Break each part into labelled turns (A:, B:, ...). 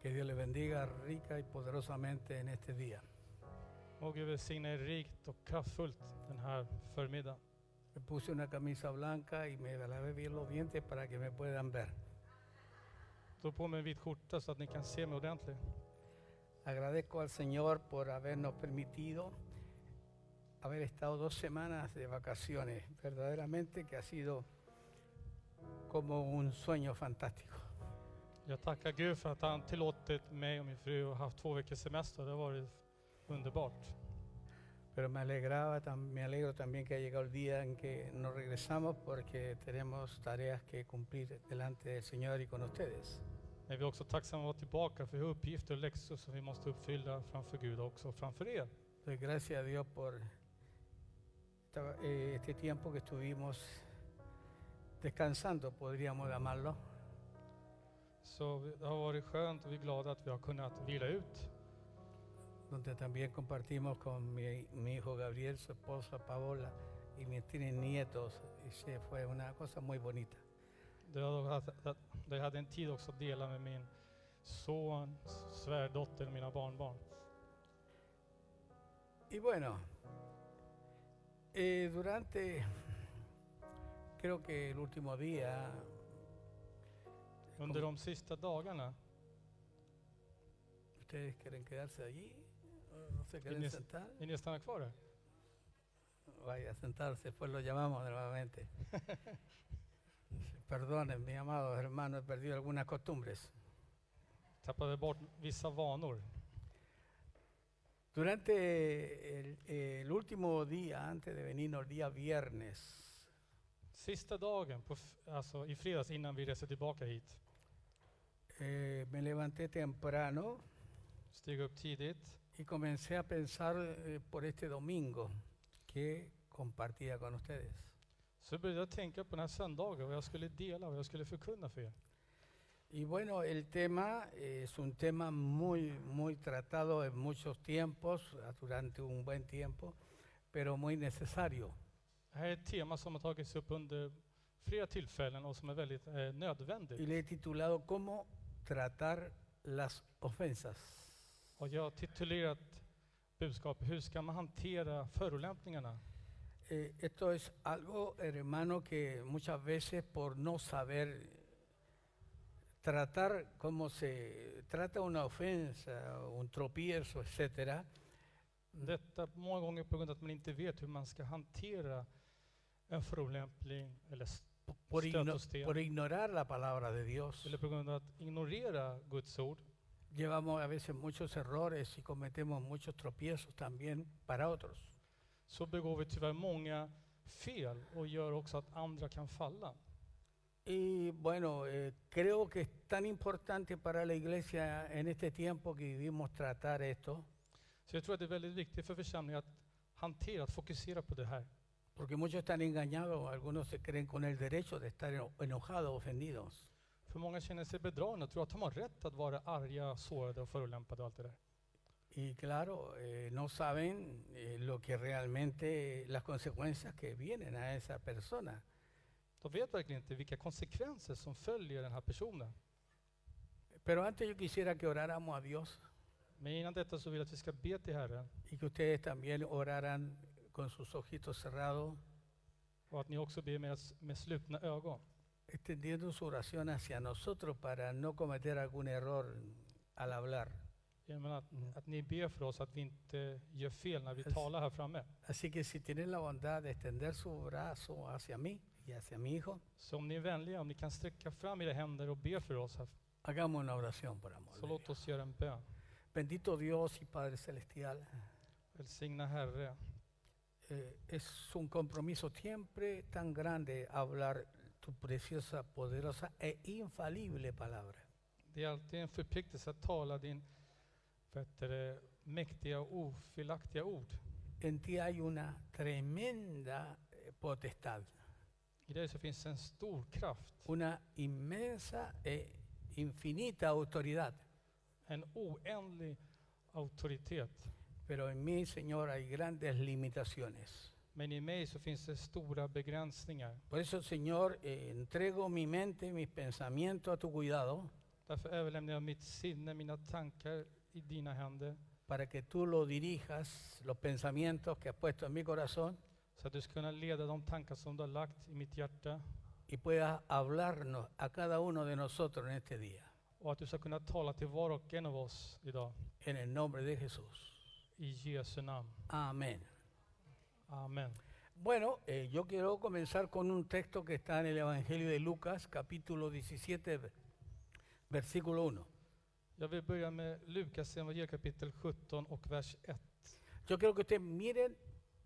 A: Que Dios les bendiga rica y poderosamente en este día.
B: Må Gud välsigna er rikt och kraftfullt den här förmiddagen.
A: Me puse una camisa blanca y me lavé bien los dientes para que me puedan ver.
B: Tog på mig en vit skjorta så att ni kan se mig ordentligt.
A: Agradezco al Señor por habernos permitido haber estado dos semanas de vacaciones. Verdaderamente que ha sido como un sueño fantástico.
B: Jag tackar Gud för att han tillåtit mig och min fru att ha haft två veckors semester. Det har varit underbart.
A: Pero me alegraba, tam- me alegro también que ha llegado el día en que nos regresamos porque tenemos tareas que cumplir delante del Señor y con ustedes.
B: Men vi är också tacksamma att vara tillbaka för vi har uppgifter och läxor som vi måste uppfylla framför Gud och också framför er.
A: Doy gracias a Dios por esta- eh, este tiempo que estuvimos descansando, podríamos llamarlo,
B: Så vi- det har varit skönt och vi är glada att vi har kunnat vila ut.
A: donde también compartimos con mi, mi hijo Gabriel, su esposa Paola y mis tres nietos. Y se fue una cosa muy bonita.
B: Det har haft- att- det hade en tid också att dela med min son, svärdotter och mina barnbarn.
A: Y bueno, eh, durante, creo que el último día,
B: Under de sista dagarna,
A: ¿ustedes quieren quedarse allí? ¿No se quieren
B: Inés.
A: sentar?
B: vill ni stanna kvar här?
A: Vaya a sentarse, después lo llamamos nuevamente. Perdonen, mis amados hermanos, he perdido algunas costumbres.
B: Tappade bort vissa vanor.
A: Durante el, el último día, antes de venirnos el día viernes,
B: Sista dagen, på f- alltså i fredags innan vi reser tillbaka hit,
A: eh, me levanté temprano
B: steg upp tidigt
A: y comencé a pensar eh, por este domingo que compartía con ustedes.
B: Så började jag tänka på den här söndagen, vad jag skulle dela, vad jag skulle förkunna för er.
A: Y bueno, el tema eh, es un tema muy, muy tratado en muchos tiempos, durante un buen tiempo, pero muy necesario.
B: Det här är ett tema som har tagits upp under flera tillfällen och som är väldigt eh,
A: Y
B: nödvändigt.
A: le he titulado ¿Cómo tratar las ofensas?
B: Och jag har titulerat budskapet Hur ska man hantera förolämpningarna?
A: Eh, esto es algo, hermano, que muchas veces por no saber tratar cómo se trata una ofensa, un tropiezo, etcétera,
B: Detta många gånger på grund av att man inte vet hur man ska hantera en förolämpning eller, s-
A: por, igno-
B: Stöt och sten.
A: por ignorar la palabra de Dios.
B: eller på grund av att ignorera Guds ord.
A: Llevamos a veces muchos errores y cometemos muchos tropiezos también para otros.
B: Så begår vi tyvärr många fel och gör också att andra kan falla.
A: Y bueno, eh, creo que es tan importante para la iglesia en este tiempo que vivimos tratar esto,
B: Så jag tror att det är väldigt viktigt för församlingen att hantera, att fokusera på det här.
A: porque muchos están engañados, algunos se creen con el derecho de estar eno- enojados, ofendidos.
B: För många känner sig bedragna och tror att de har rätt att vara arga, sårade och förolämpade och allt det där.
A: Y claro, eh, no saben eh, lo que realmente, las consecuencias que vienen a esa persona.
B: De vet verkligen inte vilka konsekvenser som följer den här personen.
A: Pero antes yo quisiera que oráramos a Dios
B: Men innan detta så vill jag att vi ska be till Herren
A: y que ustedes también oraran con sus ojitos cerrados,
B: och att ni också ber med, med slutna ögon.
A: extendiendo su oración hacia nosotros para no cometer algún error al hablar.
B: Genom att,
A: Mm.
B: att ni ber för oss att vi inte gör fel när vi
A: Yes.
B: talar här framme.
A: Así que si tienen la bondad de extender su brazo hacia mí y hacia mi hijo,
B: Så om ni är vänliga, om ni kan sträcka fram era händer och be för oss, här,
A: hagamos una oración por amor.
B: så
A: de
B: låt
A: Dios.
B: oss göra en bön.
A: Bendito Dios y Padre Celestial,
B: Välsigna Herre.
A: eh, es un compromiso siempre tan grande hablar tu preciosa, poderosa e infalible palabra.
B: Det är alltid en förpliktelse att tala din vad heter det, mäktiga och ofelaktiga ord.
A: En ti hay una tremenda eh, potestad,
B: I dig så finns en stor kraft,
A: una inmensa e infinita autoridad.
B: en oändlig auktoritet.
A: Pero en mí, Señor, hay grandes limitaciones.
B: Men i mig så finns det stora begränsningar.
A: Por eso, Señor, eh, entrego mi mente, mis pensamientos a tu cuidado,
B: Därför överlämnar jag mitt sinne, mina tankar i dina händer.
A: para que tú lo dirijas, los pensamientos que has puesto en mi corazón
B: Så att du ska kunna leda de tankar som du har lagt i mitt hjärta
A: y puedas hablarnos a cada uno de nosotros en este día.
B: och att du ska kunna tala till var och en av oss idag.
A: En el nombre de Jesús.
B: I Jesu namn.
A: Amén.
B: Amen.
A: Bueno, eh, yo quiero comenzar con un texto que está en el Evangelio de Lucas, capítulo 17, ve- versículo 1.
B: Jag vill börja med Lukas evangelium kapitel 17 och vers 1.
A: Yo quiero que ustedes miren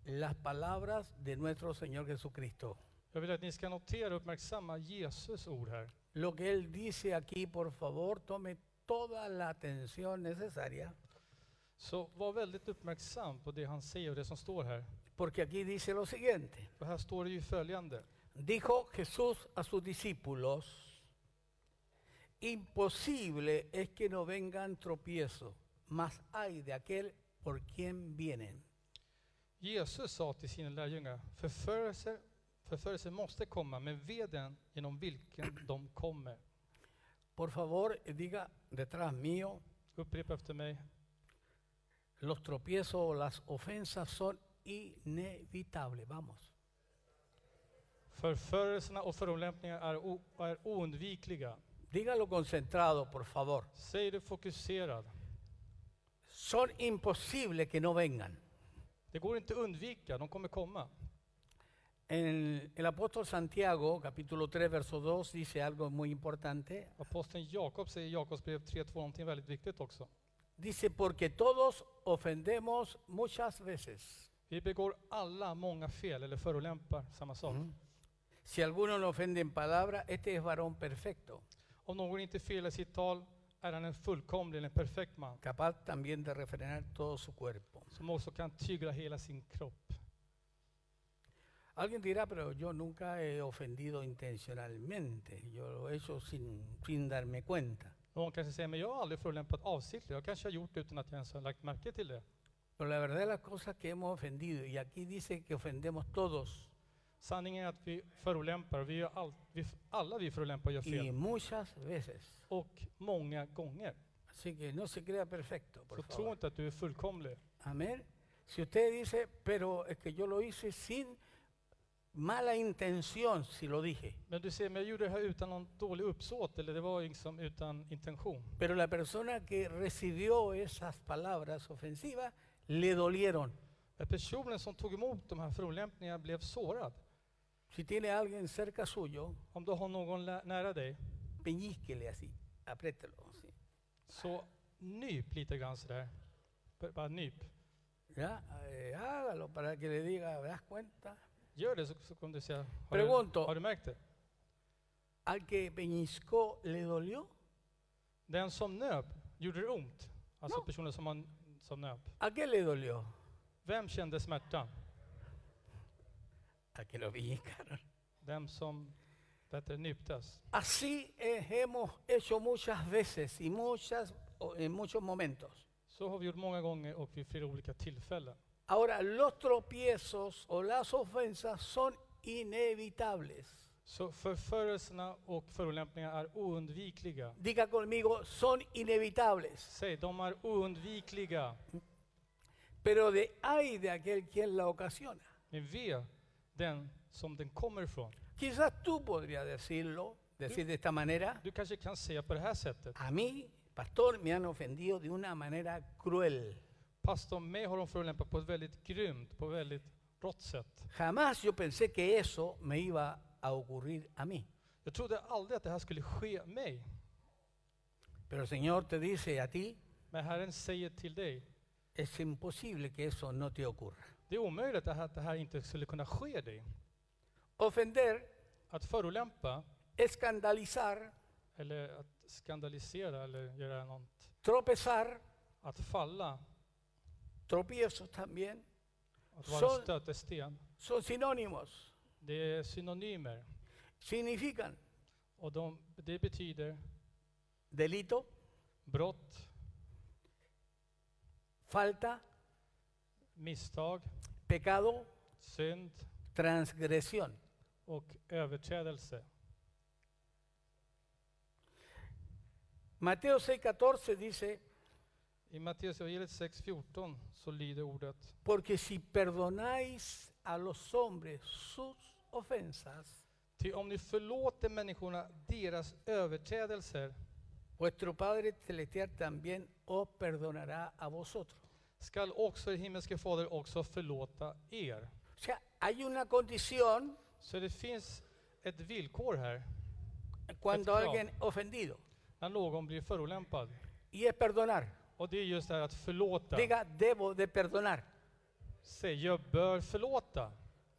A: las palabras de nuestro Señor Jesucristo.
B: Jag vill att ni ska notera och uppmärksamma Jesus ord här.
A: Lo que Él dice aquí, por favor, tome toda la atención necesaria,
B: Så var väldigt uppmärksam på det han säger och det som står här.
A: porque aquí dice lo siguiente.
B: För här står det ju följande.
A: Dijo Jesús a sus discípulos, imposible es que no vengan tropiezo, mas hay de aquel por quien vienen.
B: Jesus sa till sina lärjungar, förförelse, förförelse måste komma, men ve den genom vilken de kommer.
A: Por favor, diga detrás mío,
B: Upprepa efter mig.
A: los tropiezos o las ofensas son inevitables. Vamos.
B: Förförelserna och förolämpningar är, o, är oundvikliga.
A: Dígalo concentrado, por favor.
B: Säg det fokuserad.
A: Son imposibles que no vengan.
B: Det går inte att undvika, de kommer komma.
A: En el apóstol Santiago, capítulo 3, verso 2, dice algo muy importante.
B: Aposteln Jakob säger i Jakobsbrev 3.2 någonting väldigt viktigt också.
A: Dice, porque todos ofendemos muchas veces.
B: Vi begår alla många fel, eller förolämpar, samma sak.
A: Ujú. Si alguno no ofende en palabra, este es varón perfecto,
B: Om någon inte felar sitt tal är han en fullkomlig, eller en perfekt man,
A: capaz también de refrenar todo su cuerpo.
B: som också kan tygla hela sin kropp.
A: Alguien dirá, pero yo nunca he ofendido intencionalmente, yo lo he hecho sin, sin darme cuenta.
B: Någon kanske säger, men jag har aldrig förolämpat avsiktligt. Jag kanske har gjort det utan att jag ens har lagt märke till det.
A: Pero la verdad de las cosas que hemos ofendido, y aquí dice que ofendemos todos,
B: Sanningen är att vi förolämpar. Vi gör all, vi, alla vi förolämpar gör fel.
A: y muchas veces.
B: Och många gånger.
A: Así que no se crea perfecto,
B: så
A: por
B: tro
A: favor.
B: inte att du är fullkomlig.
A: Amén. Si usted dice, pero es que yo lo hice sin mala intención, si lo dije.
B: Men du ser, men jag gjorde det här utan någon dålig uppsåt. Eller det var liksom utan intention.
A: Pero la persona que recibió esas palabras ofensivas le dolieron.
B: Men personen som tog emot de här förolämpningarna blev sårad.
A: Si tiene a alguien cerca suyo,
B: Om du har någon lä- nära dig,
A: peñísquele así, apriételo. así,
B: så nyp lite grann sådär. B- Bara nyp.
A: ¿ya? Eh, hágalo para que le diga, ¿te das cuenta?
B: Gör det så, så kommer du säga, har du, har
A: Pregunto,
B: du märkt det?
A: ¿al que peñiscó le dolió?
B: Den som nöp, gjorde det ont? Alltså
A: Ja.
B: personen som, man, som nöp.
A: ¿A qué le dolió?
B: Vem kände smärtan?
A: A que lo peñiscaron.
B: Den som bättre nyptes.
A: Así eh, hemos hecho muchas veces y muchas, o en muchos momentos.
B: Så har vi gjort många gånger och vid flera olika tillfällen.
A: Ahora, los tropiezos o las ofensas son inevitables.
B: Så förförelserna och förolämpningar är oundvikliga.
A: Diga conmigo, son inevitables,
B: Säg, de är oundvikliga.
A: pero de hay de aquel quien la ocasiona.
B: Men ve den som den kommer ifrån.
A: Quizás tú podrías decirlo, decir de esta manera,
B: Du kanske kan säga på det här sättet.
A: a mí, pastor, me han ofendido de una manera cruel.
B: Pastor, mig har de förolämpat på ett väldigt grymt, på ett väldigt rått sätt.
A: Jamás yo pensé que eso me iba a ocurrir a mí.
B: Jag trodde aldrig att det här skulle ske mig.
A: Pero el Señor te dice a ti,
B: Men Herren säger till dig,
A: es imposible que eso no te ocurra.
B: det är omöjligt att det här, att det här inte skulle kunna ske dig.
A: Ofender,
B: Att förolämpa,
A: escandalizar,
B: eller att skandalisera, eller göra något.
A: tropezar,
B: Att falla,
A: tropiezos también,
B: att vara
A: Så-
B: en stötesten,
A: son sinónimos,
B: det är synonymer.
A: significan
B: Och de, det betyder
A: delito,
B: brott,
A: falta,
B: misstag,
A: pecado,
B: synd
A: transgresión.
B: och överträdelse.
A: Mateo 6:14 dice,
B: I Matteus evangeliet 6.14 så lyder ordet
A: porque si perdonáis a los hombres sus ofensas,
B: Ty om ni förlåter människorna deras överträdelser
A: vuestro Padre Celestial también os perdonará a vosotros.
B: skall också er himmelske fader också förlåta er.
A: O sea, hay una condición
B: Så det finns ett villkor här
A: cuando
B: That's
A: alguien ofendido
B: när någon blir förolämpad.
A: y es perdonar.
B: Och det är just det här att förlåta.
A: Diga, debo de perdonar.
B: Säg, jag bör förlåta.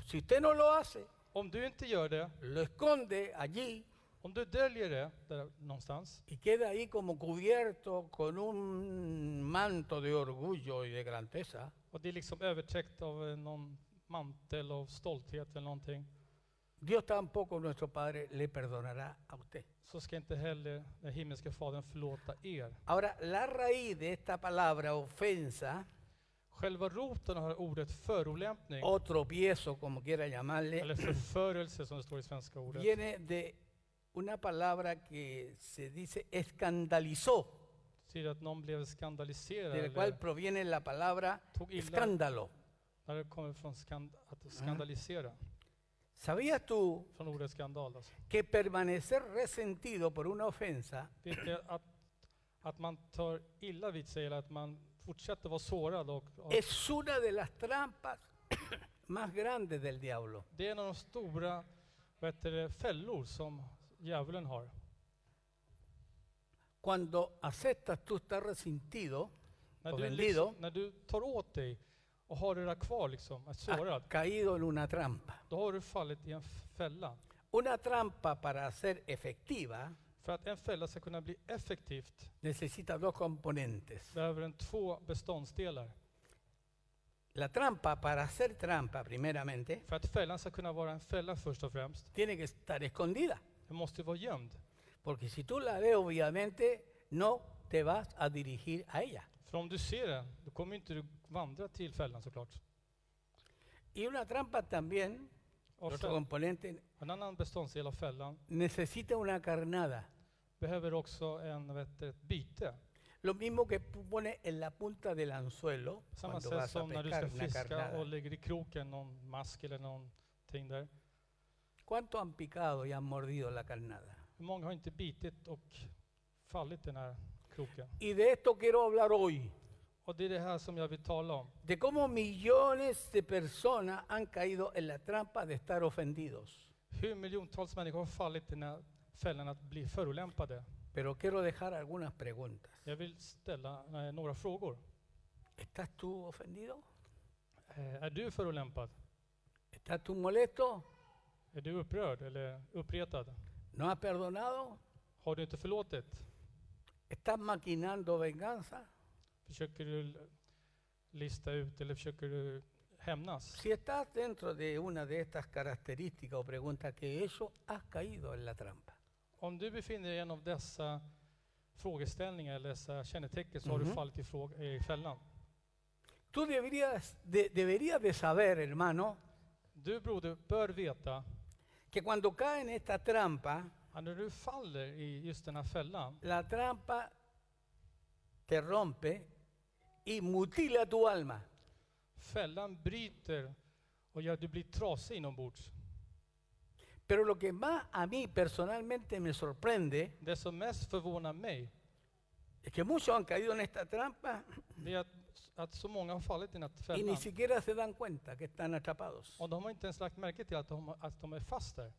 A: Si usted no lo hace,
B: Om du inte gör det,
A: lo esconde allí
B: om du döljer det där någonstans
A: y queda ahí como cubierto con un manto de orgullo y de grandeza,
B: och det är liksom övertäckt av eh, någon mantel av stolthet eller någonting
A: Dios tampoco, nuestro Padre, le perdonará a usted.
B: så ska inte heller den himmelske fadern förlåta er.
A: Ahora, la raíz de esta palabra ofensa
B: Själva roten av det här ordet förolämpning,
A: o tropiezo, como quiera
B: eller
A: llamarle,
B: förförelse som det står i svenska ordet,
A: viene de una palabra que se dice escandalizó,
B: betyder att någon blev skandaliserad
A: del cual
B: eller
A: proviene la palabra
B: tog illa
A: escándalo.
B: när det kommer från skand att skandalisera,
A: ¿Sabías tú
B: från ordet skandal. Alltså.
A: que permanecer resentido por una ofensa
B: Vet ni att, att man tar illa vid sig eller att man fortsätter vara sårad. Och, och
A: es una de las trampas más grandes del diablo?
B: det är en av de stora vad heter det, fällor som djävulen har.
A: Cuando aceptas tú estar resentido,
B: När
A: Och
B: du,
A: vänd då.
B: liksom, när du tar åt dig och har det där kvar, liksom, att sårad,
A: has caído en una trampa.
B: då har du fallit i en fälla.
A: Una trampa para ser efectiva
B: För att en fälla ska kunna bli effektivt
A: necesita dos componentes.
B: behöver den två beståndsdelar.
A: La trampa para hacer trampa, primeramente,
B: För att fällan ska kunna vara en fälla först och främst,
A: tiene que estar escondida,
B: den måste ju vara gömd.
A: porque si tú la ves, obviamente, no te vas a dirigir a ella.
B: För om du ser den, då kommer ju inte du vandra till fällan såklart.
A: Y una trampa también,
B: Och
A: otro
B: fäll-
A: componente,
B: en annan beståndsdel av fällan
A: necesita una carnada.
B: behöver också en, vet, du, ett byte.
A: Lo mismo que pu- pone en la punta del anzuelo
B: På samma
A: cuando
B: sätt
A: vas a
B: som när du ska
A: pescar una
B: fiska
A: carnada.
B: och lägger i kroken någon mask eller någonting där.
A: ¿Cuánto han picado y han mordido la carnada?
B: Hur många har inte bitit och fallit i den här kroken?
A: Y de esto quiero hablar hoy,
B: Och det är det här som jag vill tala om.
A: de cómo millones de personas han caído en la trampa de estar ofendidos.
B: Hur miljontals människor har fallit i den här fällan att bli förolämpade.
A: Pero quiero dejar algunas preguntas.
B: Jag vill ställa eh, några frågor.
A: ¿Estás tú ofendido?
B: Eh, Är du förolämpad?
A: ¿Estás tú molesto?
B: Är du upprörd eller uppretad?
A: ¿No has perdonado?
B: Har du inte förlåtit?
A: ¿Estás maquinando venganza?
B: Försöker du l- lista ut eller försöker du hämnas?
A: Si estás dentro de una de estas características o preguntas que eso, has caído en la trampa.
B: Om du befinner dig i en av dessa frågeställningar eller dessa kännetecken så har
A: Mhm.
B: du fallit i, fråg- i fällan.
A: Tú deberías de, deberías de saber, hermano,
B: Du broder bör veta
A: que cuando cae en esta trampa,
B: att när du faller i just den här fällan
A: la trampa te rompe y mutila tu alma.
B: Fällan bryter och gör att du blir trasig inombords.
A: Pero lo que más a mí personalmente me sorprende
B: Det som mest förvånar mig
A: es que muchos han caído en esta trampa
B: det är att, att så många har fallit i den här
A: y ni
B: fällan.
A: siquiera se dan cuenta que están atrapados.
B: Och de har inte ens lagt märke till att de, att de är fast där.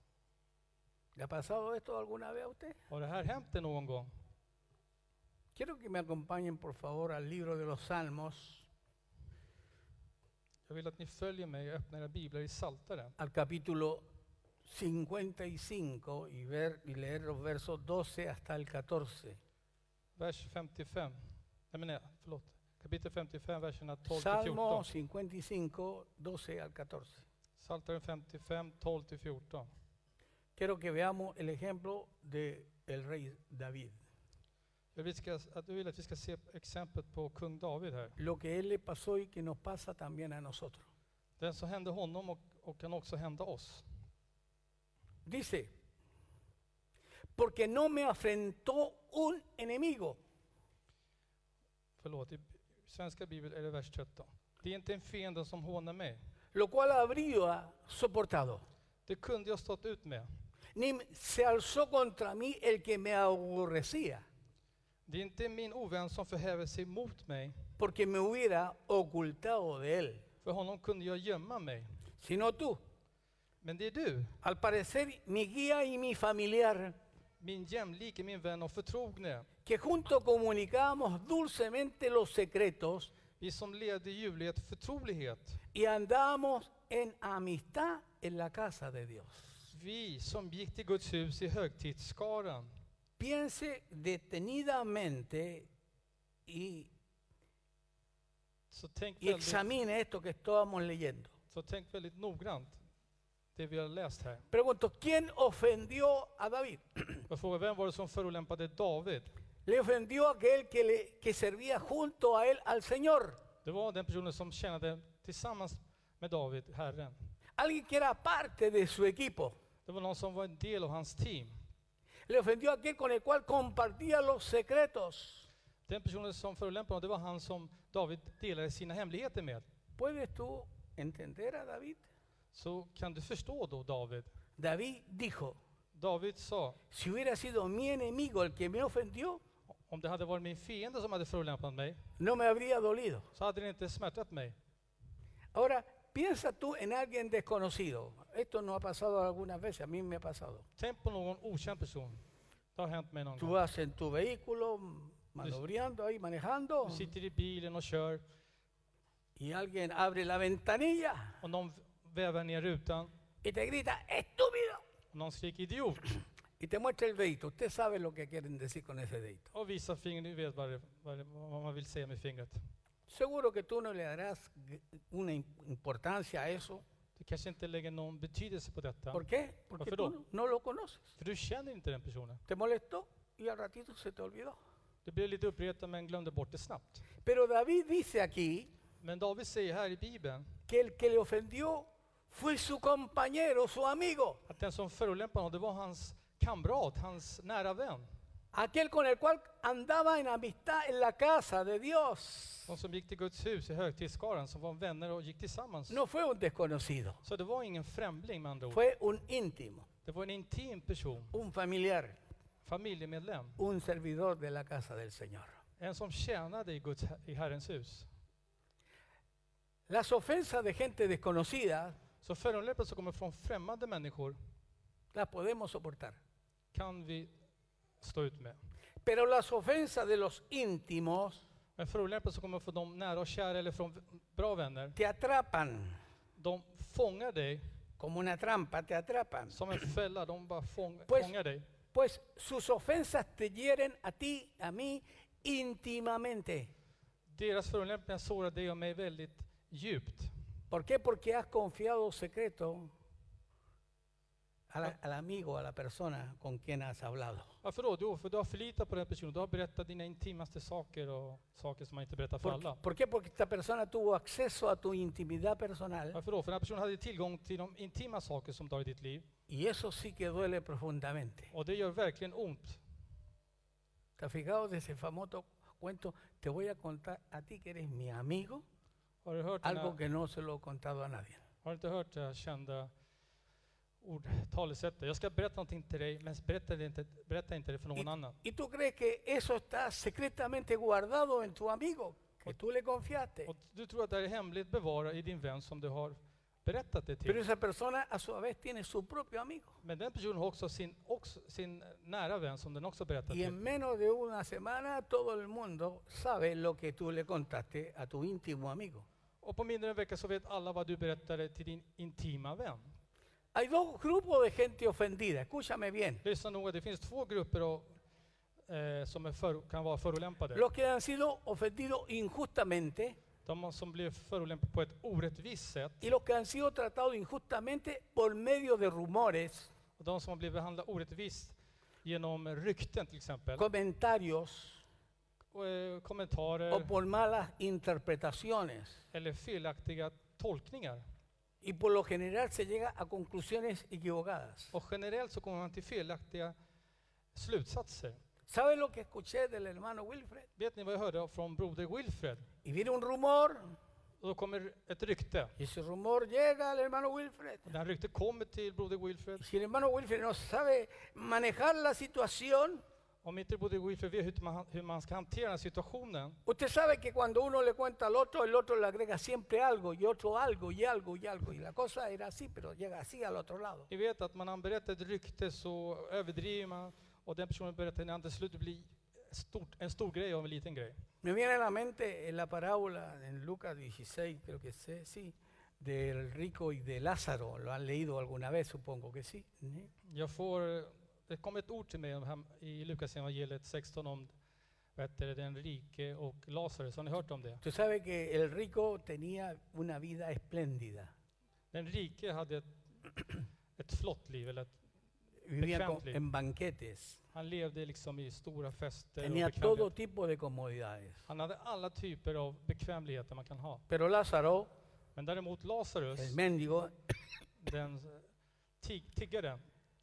A: ¿Le ha pasado esto alguna vez a usted?
B: Har det här hänt dig någon gång?
A: Quiero que me acompañen, por favor, al libro de los Salmos,
B: Jag vill att ni följer mig och öppnar era biblar i Saltaren.
A: al capítulo 55 y, ver, y leer los versos 12 hasta el 14.
B: Vers 55. Nej, men nej, förlåt. Kapitel 55, verserna 12 till
A: Salmo
B: 14.
A: 55, 12 al 14.
B: Saltaren 55, 12 till 14.
A: Quiero que veamos el ejemplo del el rey David,
B: Jag vill, ska, att jag vill att vi ska se exemplet på kung David här.
A: lo que él le pasó y que nos pasa también a nosotros.
B: Den som hände honom och, och kan också hända oss.
A: Dice, porque no me afrentó un enemigo.
B: Förlåt, i svenska bibeln är det vers 13. Det är inte en fiende som hånar mig.
A: lo cual habría soportado.
B: Det kunde jag stått ut med.
A: Ni m- se alzó contra mí el que me aborrecía,
B: Det är inte min ovän som förhäver sig mot mig.
A: porque me hubiera ocultado de él,
B: För honom kunde jag gömma mig.
A: sino tú.
B: Men det är du,
A: Al parecer, mi guía y mi familiar,
B: min jämlike, min vän och förtrogne.
A: que juntos comunicábamos dulcemente los secretos
B: Vi som levde i ljuvlighet och förtrolighet.
A: y andábamos en amistad en la casa de Dios.
B: Vi som gick till Guds hus i högtidsskaran.
A: Piense detenidamente y,
B: Så tänk,
A: y
B: väldigt,
A: examine esto que estábamos leyendo.
B: så tänk väldigt noggrant det vi har läst här.
A: Pregunto, ¿quién ofendió a David?
B: Jag frågar, vem var det som förolämpade David?
A: Le ofendió a aquel que, le- que servía junto a él al Señor.
B: Det var den personen som tjänade tillsammans med David, Herren.
A: Alguien que era parte de su equipo.
B: Det var någon som var en del av hans team.
A: Le ofendió a aquel con el cual compartía los secretos.
B: Den personen som förolämpade honom, det var han som David delade sina hemligheter med.
A: ¿Puedes tú entender a David?
B: Så kan du förstå då David?
A: David dijo,
B: David sa,
A: si hubiera sido mi enemigo el que me ofendió,
B: om det hade varit min fiende som hade förolämpat mig,
A: no me habría dolido.
B: så hade det inte smärtat mig.
A: Ahora, piensa tú en alguien desconocido. Esto nos ha pasado algunas veces, a mí me ha pasado.
B: Tänk på någon okänd person. Det har hänt mig någon
A: Tú
B: gång.
A: vas en tu vehículo, maniobrando ahí, manejando,
B: Du sitter i bilen och kör
A: y alguien abre la ventanilla
B: och någon väver ner rutan
A: y te grita, estúpido.
B: och någon skriker idiot
A: y te muestra el dedito. Usted sabe lo que quieren decir con ese dedito.
B: och visar fingret. Du vet vad, det, vad, det, vad man vill säga med fingret.
A: Seguro que tú no le darás g- una im- importancia a eso.
B: Du kanske inte lägger någon betydelse på detta.
A: ¿Por qué? Porque
B: Alfredo.
A: tú no lo conoces.
B: För du känner inte den personen.
A: Te molestó y al ratito se te olvidó.
B: Du blev lite uppretad men glömde bort det snabbt.
A: Pero David dice aquí
B: Men David säger här i Bibeln
A: que el que le ofendió fue su compañero, su amigo,
B: att den som förolämpade honom, det var hans kamrat, hans nära vän.
A: aquel con el cual andaba en amistad en la casa de Dios.
B: De som gick till Guds hus i högtidsskaran, som var vänner och gick tillsammans.
A: No fue un desconocido,
B: Så det var ingen främling med andra ord.
A: fue un íntimo,
B: Det var en intim person,
A: un familiar,
B: familjemedlem.
A: un servidor de la casa del Señor.
B: En som tjänade i, Guds, i Herrens hus.
A: Las ofensas de gente desconocida
B: Så förolämpelser som kommer från främmande människor
A: las podemos soportar.
B: kan vi stå ut med.
A: Pero las ofensas de los íntimos
B: Men förolämpelser som kommer från de nära och kära eller från v- bra vänner,
A: te atrapan,
B: de fångar dig
A: como una trampa, te atrapan.
B: som en fälla. De bara fång,
A: Pues-
B: fångar dig.
A: Pues sus ofensas te hieren a ti, a mí, íntimamente.
B: Deras förolämpningar sårar dig och mig väldigt djupt.
A: ¿Por qué? Porque has confiado secreto a la- al amigo, a la persona con quien has hablado.
B: Varför då? Jo, för du har förlitat på den personen. Du har berättat dina intimaste saker och saker som man inte berättar för
A: ¿Por,
B: alla.
A: por qué? Porque esta persona tuvo acceso a tu intimidad personal
B: Varför då? För den här personen hade tillgång till de intima saker som du har i ditt liv.
A: y eso sí que duele profundamente.
B: Och det gör verkligen ont.
A: ¿Te has fijado de ese famoso cuento? Te voy a contar a ti que eres mi amigo,
B: Har du hört, den
A: algo
B: här,
A: que no se lo he contado a nadie.
B: har du inte hört det här kända ord, talesättet? Jag ska berätta någonting till dig, men berätta det inte, berätta inte det för någon annan.
A: ¿Y tú crees que eso está secretamente guardado en tu amigo, que tú le confiaste?
B: Och du tror att det här är hemligt bevara i din vän som du har berättat det
A: Pero
B: till.
A: esa persona a su vez tiene su propio amigo.
B: Men den personen har också sin, också sin nära vän som den också berättar
A: Y
B: till.
A: en menos de una semana todo el mundo sabe lo que tú le contaste a tu íntimo amigo.
B: Och på mindre än en vecka så vet alla vad du berättade till din intima vän.
A: Hay dos grupos de gente ofendida, escúchame bien.
B: Lyssna noga, det finns två grupper av, eh, som är för, kan vara förolämpade.
A: Los que han sido ofendidos injustamente
B: De som blir förolämpade på ett orättvist sätt
A: y los que han sido tratados injustamente por medio de rumores,
B: och de som har blivit behandlade orättvist genom rykten till exempel,
A: comentarios
B: och, eh,
A: o
B: kommentarer
A: por malas interpretaciones.
B: eller felaktiga tolkningar.
A: Y por lo general se llega a
B: Oh.
A: conclusiones equivocadas.
B: Och generellt så kommer man till felaktiga slutsatser.
A: ¿Sabe lo que escuché del hermano Wilfred?
B: Vet ni vad jag hörde från broder Wilfred?
A: Y viene un rumor,
B: Och då kommer ett rykte.
A: y ese rumor llega al hermano Wilfred.
B: Och det här ryktet kommer till broder
A: Y
B: Wilfred.
A: si el hermano Wilfred no sabe manejar la situación,
B: Om inte broder Wilfred vet hur man, hur man ska hantera den här situationen.
A: usted sabe que cuando uno le cuenta al otro, el otro le agrega siempre algo, y otro algo, y algo, y algo. Y la cosa era así, pero llega así al otro lado.
B: Ni vet att man berättar ett rykte så överdriver man och den personen berättar en annan. Till slut blir stort, en stor grej av en liten grej.
A: Me viene a la mente en la parábola en Lucas 16, creo que sé, sí, del rico y de Lázaro. Lo han leído alguna vez, supongo que sí. ¿eh?
B: Jag får, det kom ett ord till mig om hem- i Lukas evangeliet 16 om vad heter det, den rike och Lazarus. Har ni hört om det?
A: Tú sabes que el rico tenía una vida espléndida.
B: Den rike hade ett, ett flott liv. Eller ett,
A: Vivía con-
B: Bechamplin.
A: en banquetes.
B: han levde liksom i stora fester och
A: Tenía todo
B: bekvämligheter.
A: tipo de comodidades.
B: Han hade alla typer av bekvämligheter man kan ha.
A: Pero Lázaro,
B: Men däremot Lazarus,
A: el mendigo,
B: den tig, tiggaren,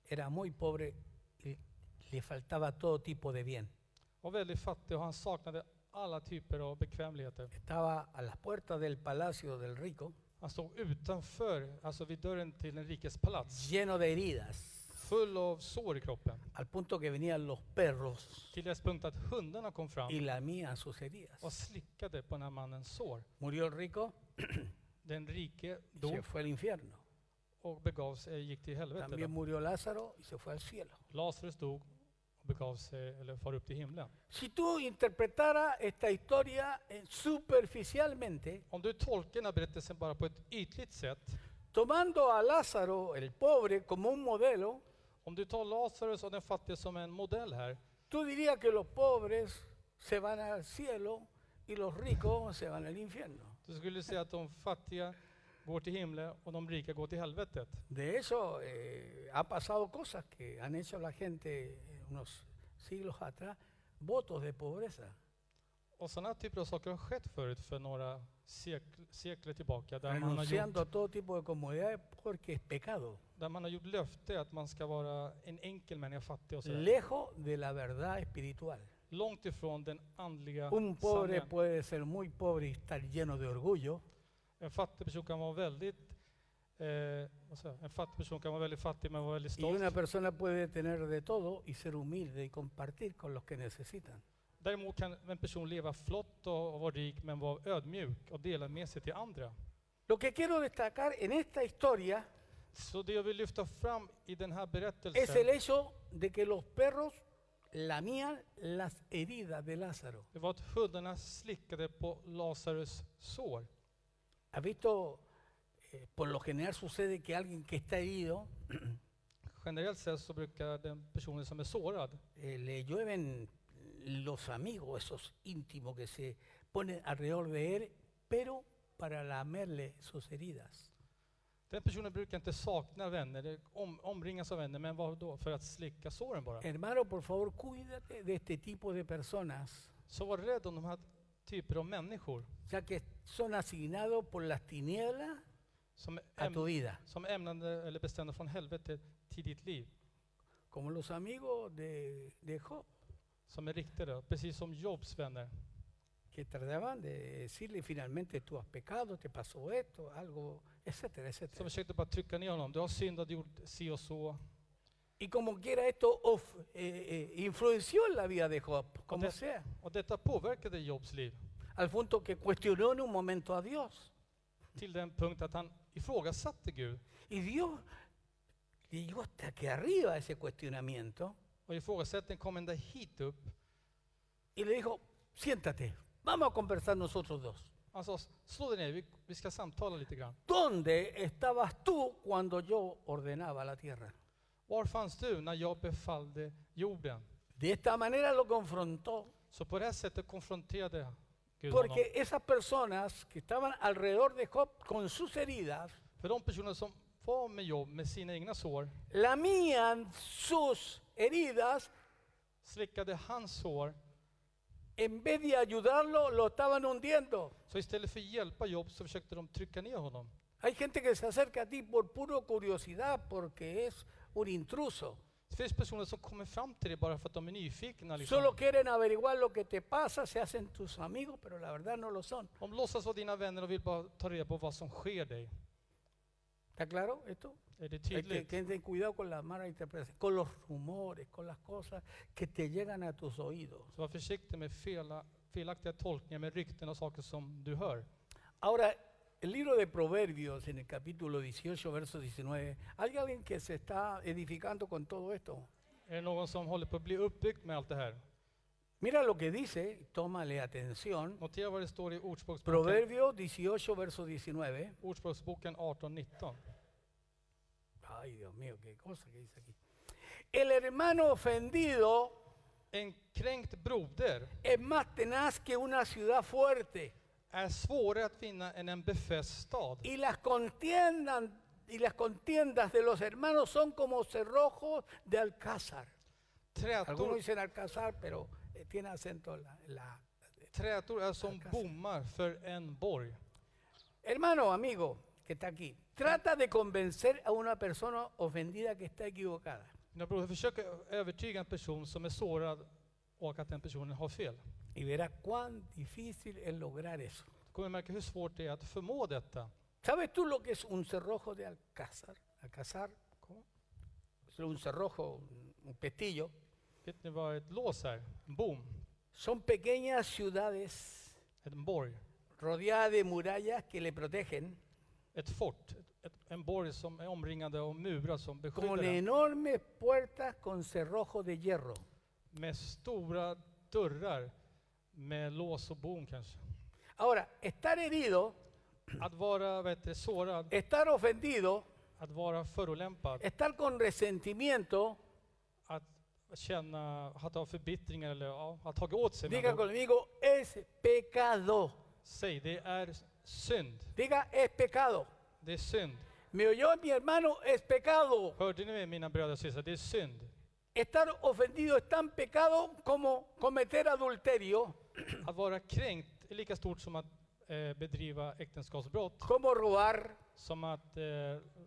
A: era muy pobre y le faltaba todo tipo de bien.
B: var väldigt fattig och han saknade alla typer av bekvämligheter.
A: Estaba a las puertas del palacio del rico,
B: Han stod utanför, alltså vid dörren till den rikes palats,
A: lleno de heridas,
B: full av sår i kroppen.
A: al punto que venían los perros
B: Till dess punkt att hundarna kom
A: y
B: fram
A: lamían sus heridas.
B: och slickade på den här mannens sår.
A: Murió el rico,
B: Den rike
A: y
B: dog
A: se fue al infierno.
B: och begav sig, gick till helvetet.
A: También
B: då.
A: murió Lázaro y se fue al cielo.
B: Lazarus dog och begav sig, eller far upp till himlen.
A: Si tú interpretaras esta historia eh, superficialmente,
B: Om du tolkar den här berättelsen bara på ett ytligt sätt,
A: tomando a Lázaro, el pobre, como un modelo,
B: om du tar Lazarus och den fattige som en modell här,
A: tú dirías que los pobres se van al cielo y los ricos se van al infierno.
B: då skulle du säga att de fattiga går till himlen och de rika går till helvetet.
A: De eso eh, ha pasado cosas que han hecho la gente eh, unos siglos atrás, votos de pobreza.
B: Och sådana typer av saker har skett förut för några sekl, sekler tillbaka där man, har
A: renunciando
B: gjort,
A: a todo tipo de comodidades porque es pecado,
B: där man har gjort löfte att man ska vara en enkel människa, fattig och sådär.
A: lejos de la verdad espiritual.
B: Långt ifrån den andliga
A: Un pobre
B: sanningen.
A: puede ser muy pobre y estar lleno de orgullo,
B: En fattig person kan vara väldigt eh, vad säger jag? en fattig person kan vara väldigt fattig men vara väldigt
A: y una
B: stolt.
A: persona puede tener de todo y ser humilde y compartir con los que necesitan.
B: Däremot kan en person leva flott och, och vara rik men vara ödmjuk och dela med sig till andra.
A: Lo que quiero destacar en esta historia
B: Så det jag vill lyfta fram i den här
A: es el
B: berättelsen,
A: hecho de que los perros lamían las heridas de Lázaro.
B: det var att hundarna slickade på Lazarus sår.
A: ¿Has visto? Eh, por lo general sucede que alguien que está herido
B: Generellt sett så brukar den personen som är sårad,
A: eh, le llueven los amigos, esos íntimos que se ponen alrededor de él, pero para lamerle sus heridas.
B: den personen brukar inte sakna vänner, det- om, omringas av vänner, men vad då? För att slicka såren bara.
A: Hermano, por favor, cuídate de este tipo de personas,
B: Så var rädd om de här typer av människor
A: ya que son asignados por las tinieblas
B: som,
A: a tu
B: äm,
A: vida,
B: som ämnade eller bestämda från helvetet till ditt liv.
A: como los amigos de, de Job,
B: Som är riktade, precis som Jobs vänner.
A: que trataban de decirle finalmente tú has pecado, te pasó esto, algo, etcétera,
B: Som
A: etcétera.
B: försökte bara trycka ner honom. Du har syndat, gjort si och så.
A: Y como quiera esto of- eh, eh, influenció en la vida de Job, como
B: Conte-
A: sea,
B: Och detta påverkade Jobs liv.
A: al punto que cuestionó en un momento a Dios.
B: Till den punkt att han ifrågasatte Gud.
A: Y Dios llegó hasta que arriba ese cuestionamiento
B: Och ifrågasättningen kom ända hit upp.
A: y le dijo, siéntate, vamos a conversar nosotros dos.
B: Han sa, slå dig ner, vi, vi ska samtala lite grann.
A: ¿Dónde estabas tú cuando yo ordenaba la tierra?
B: Var fanns du när jag befallde jorden?
A: De esta manera lo confrontó,
B: Så på det här sättet konfronterade Gud honom.
A: porque esas personas que estaban alrededor de Job con sus heridas,
B: För de personer som var med Job med sina egna sår,
A: lamían sus heridas,
B: slickade hans sår.
A: en vez de ayudarlo, lo estaban hundiendo.
B: Så istället för att hjälpa Job så försökte de trycka ner honom.
A: Hay gente que se acerca a ti por puro curiosidad, porque es un intruso.
B: Det Det finns personer som kommer fram till dig bara för att de är nyfikna. Liksom.
A: Solo quieren averiguar lo que te pasa, se hacen tus amigos, pero la verdad no lo son.
B: De låtsas vara dina vänner och vill bara ta reda på vad som sker dig.
A: ¿Está claro esto?
B: Är det
A: Hay que
B: tydligt?
A: tener cuidado con las malas interpretaciones, con los rumores, con las cosas que te llegan a tus oídos.
B: Så var försiktig med fela, felaktiga tolkningar, med rykten och saker som du hör.
A: Ahora, el libro de Proverbios en el capítulo 18, verso 19, ¿hay alguien que se está edificando con todo esto?
B: Är det någon som håller på att bli uppbyggd med allt det här?
A: Mira lo que dice, tómale atención.
B: Notera vad det står i Ordspråksboken,
A: Proverbios 18, verso 19.
B: ordspråksboken 18.19.
A: Ay, Dios mío, qué cosa que dice aquí. El hermano ofendido
B: En kränkt broder
A: es más tenaz que una ciudad fuerte
B: är svårare att finna än en befäst stad.
A: y las contiendas y las contiendas de los hermanos son como cerrojos de alcázar. Algunos
B: Trätor,
A: dicen alcázar, pero eh, tiene acento en la, en la A.
B: trätor är som bommar för en borg.
A: Hermano, amigo que está aquí, trata de convencer a una persona ofendida que está equivocada.
B: Mina bröder, försök övertyga en person som är sårad och att den personen har fel.
A: Y verás cuán difícil es lograr eso.
B: Du kommer märka hur svårt det är att förmå detta.
A: ¿Sabes tú lo que es un cerrojo de alcázar? Alcázar
B: Kom.
A: es un cerrojo, un un pestillo.
B: Vet ni vad ett lås är? En bom,
A: Son pequeñas ciudades
B: en borg,
A: rodeadas de murallas que le protegen
B: ett fort, ett, ett, en borg som är omringade av murar som beskyddar
A: con
B: den
A: enormes puertas con cerrojo de hierro.
B: med stora dörrar med lås och bom kanske.
A: Ahora, estar herido,
B: Att vara vad heter, det, sårad,
A: estar ofendido,
B: att vara förolämpad,
A: estar con resentimiento,
B: att känna, att ha förbittringar eller ja, att ha åt sig. med
A: diga
B: andra ord.
A: conmigo, es pecado.
B: Säg, det är synd.
A: Diga, es pecado.
B: Det är synd.
A: ¿Me oyó mi hermano? Es pecado.
B: Hörde ni mig, mina bröder och systrar? Det är synd.
A: Estar ofendido es tan pecado como cometer adulterio,
B: Att vara kränkt är lika stort som att eh, bedriva äktenskapsbrott,
A: como robar,
B: som att eh,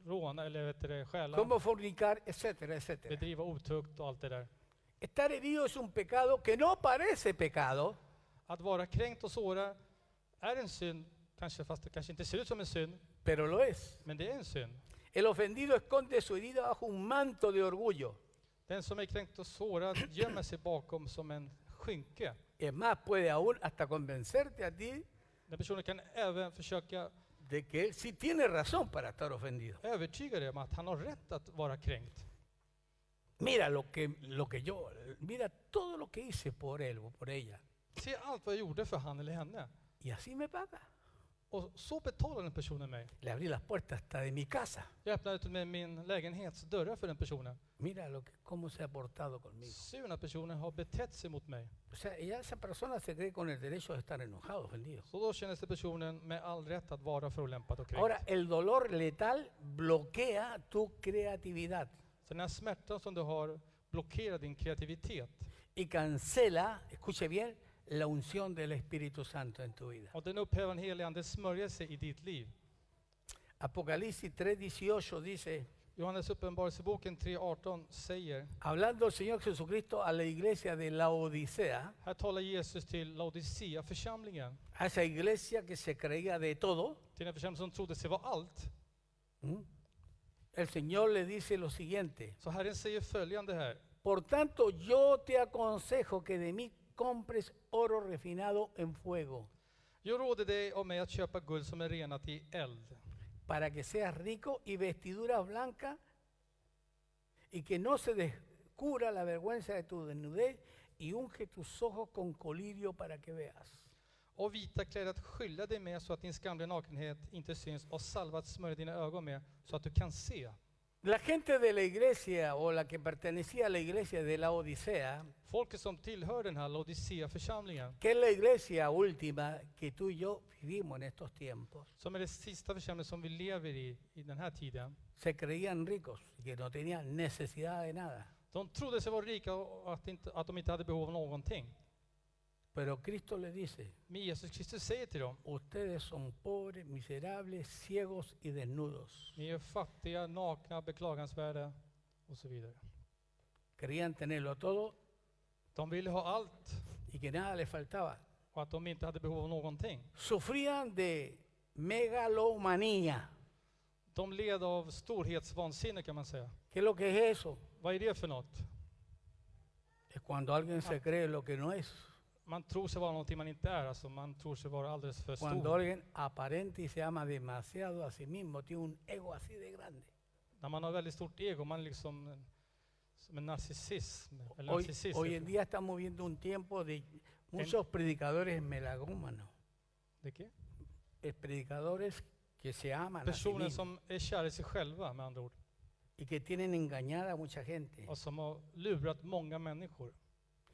B: råna eller vet du, det, stjäla,
A: como fornicar, etcétera, etcétera.
B: bedriva otukt och allt det där.
A: Estar herido es un pecado que no parece pecado,
B: Att vara kränkt och sårad är en synd, kanske fast det kanske inte ser ut som en synd,
A: pero lo es.
B: men det är en synd.
A: El ofendido esconde su herida bajo un manto de orgullo.
B: Den som är kränkt och sårad gömmer sig bakom som en skynke.
A: Es más, puede aún hasta convencerte a ti
B: Den personen kan även försöka
A: de que él sí tiene razón para estar ofendido.
B: övertyga dig om att han har rätt att vara kränkt.
A: Mira lo que, lo que yo, mira todo lo que hice por él o por ella.
B: Se allt vad jag gjorde för han eller henne.
A: Y así me paga.
B: Och så betalar den personen mig.
A: Le abrí las puertas hasta de mi casa.
B: Jag öppnade ut med min lägenhets dörrar för den personen.
A: Mira lo que, cómo se ha portado conmigo.
B: Se hur den här personen har betett sig mot mig.
A: O sea, ya esa persona se cree con el derecho de estar enojado, ofendido.
B: Så då känner sig personen med all rätt att vara förolämpad och kränkt.
A: Ahora, el dolor letal bloquea tu creatividad
B: Så den här smärtan som du har blockerar din kreativitet.
A: y cancela, escuche bien, la unción del Espíritu Santo en tu vida.
B: Och den upphäver den helige Andes smörjelse i ditt liv.
A: Apocalipsis 3:18 dice,
B: Johannes uppenbarelseboken 3.18 säger,
A: hablando el Señor Jesucristo a la iglesia de la Odisea,
B: här talar Jesus till Laodicea församlingen.
A: a esa iglesia que se creía de todo,
B: Till den församling som trodde sig vara allt.
A: ¿m? el Señor le dice lo siguiente,
B: Så Herren säger följande här.
A: Por tanto, yo te aconsejo que de mí compres oro refinado en fuego,
B: Jag råder dig av mig att köpa guld som är renat i eld.
A: para que seas rico y vestiduras blancas, y que no se descubra la vergüenza de tu desnudez, y unge tus ojos con colirio para que veas.
B: och vita kläder att skylla dig med så att din skamliga nakenhet inte syns och salvat smörja dina ögon med så att du kan se.
A: La gente de la iglesia o la que pertenecía a la iglesia de la Odisea,
B: Folket som tillhör den här Laodicea-församlingen,
A: que es la iglesia última que tú y yo vivimos en estos tiempos,
B: som är den sista församlingen som vi lever i, i den här tiden,
A: se creían ricos y que no tenían necesidad de nada.
B: de trodde sig vara rika och att, inte, att de inte hade behov av någonting.
A: Pero Cristo le dice,
B: Men Jesus Kristus säger till dem,
A: Ustedes son pobres, miserables, ciegos y desnudos.
B: ni är fattiga, nakna, beklagansvärda och så vidare.
A: Querían tenerlo todo
B: De ville ha allt
A: y que nada les faltaba.
B: och att de inte hade behov av någonting.
A: Sufrían de megalomanía.
B: De led av storhetsvansinne kan man säga.
A: ¿Qué es lo que es eso?
B: Vad är det för något?
A: Es cuando alguien se cree lo que no es.
B: Man tror sig vara någonting man inte är, alltså man tror sig vara alldeles för
A: Cuando
B: stor.
A: alguien aparenta y se ama demasiado a sí mismo, tiene un ego así de grande.
B: När man har väldigt stort ego, man är liksom en- som en narcissism. Eller
A: Hoy,
B: narcissist.
A: hoy
B: heter
A: en día estamos viendo un tiempo de muchos predicadores melagómanos,
B: det. Det är-
A: eh, predicadores que se aman a sí
B: Personer
A: mismos
B: som är kära i sig själva med andra ord.
A: y que tienen engañada a mucha gente.
B: Och som har lurat många människor.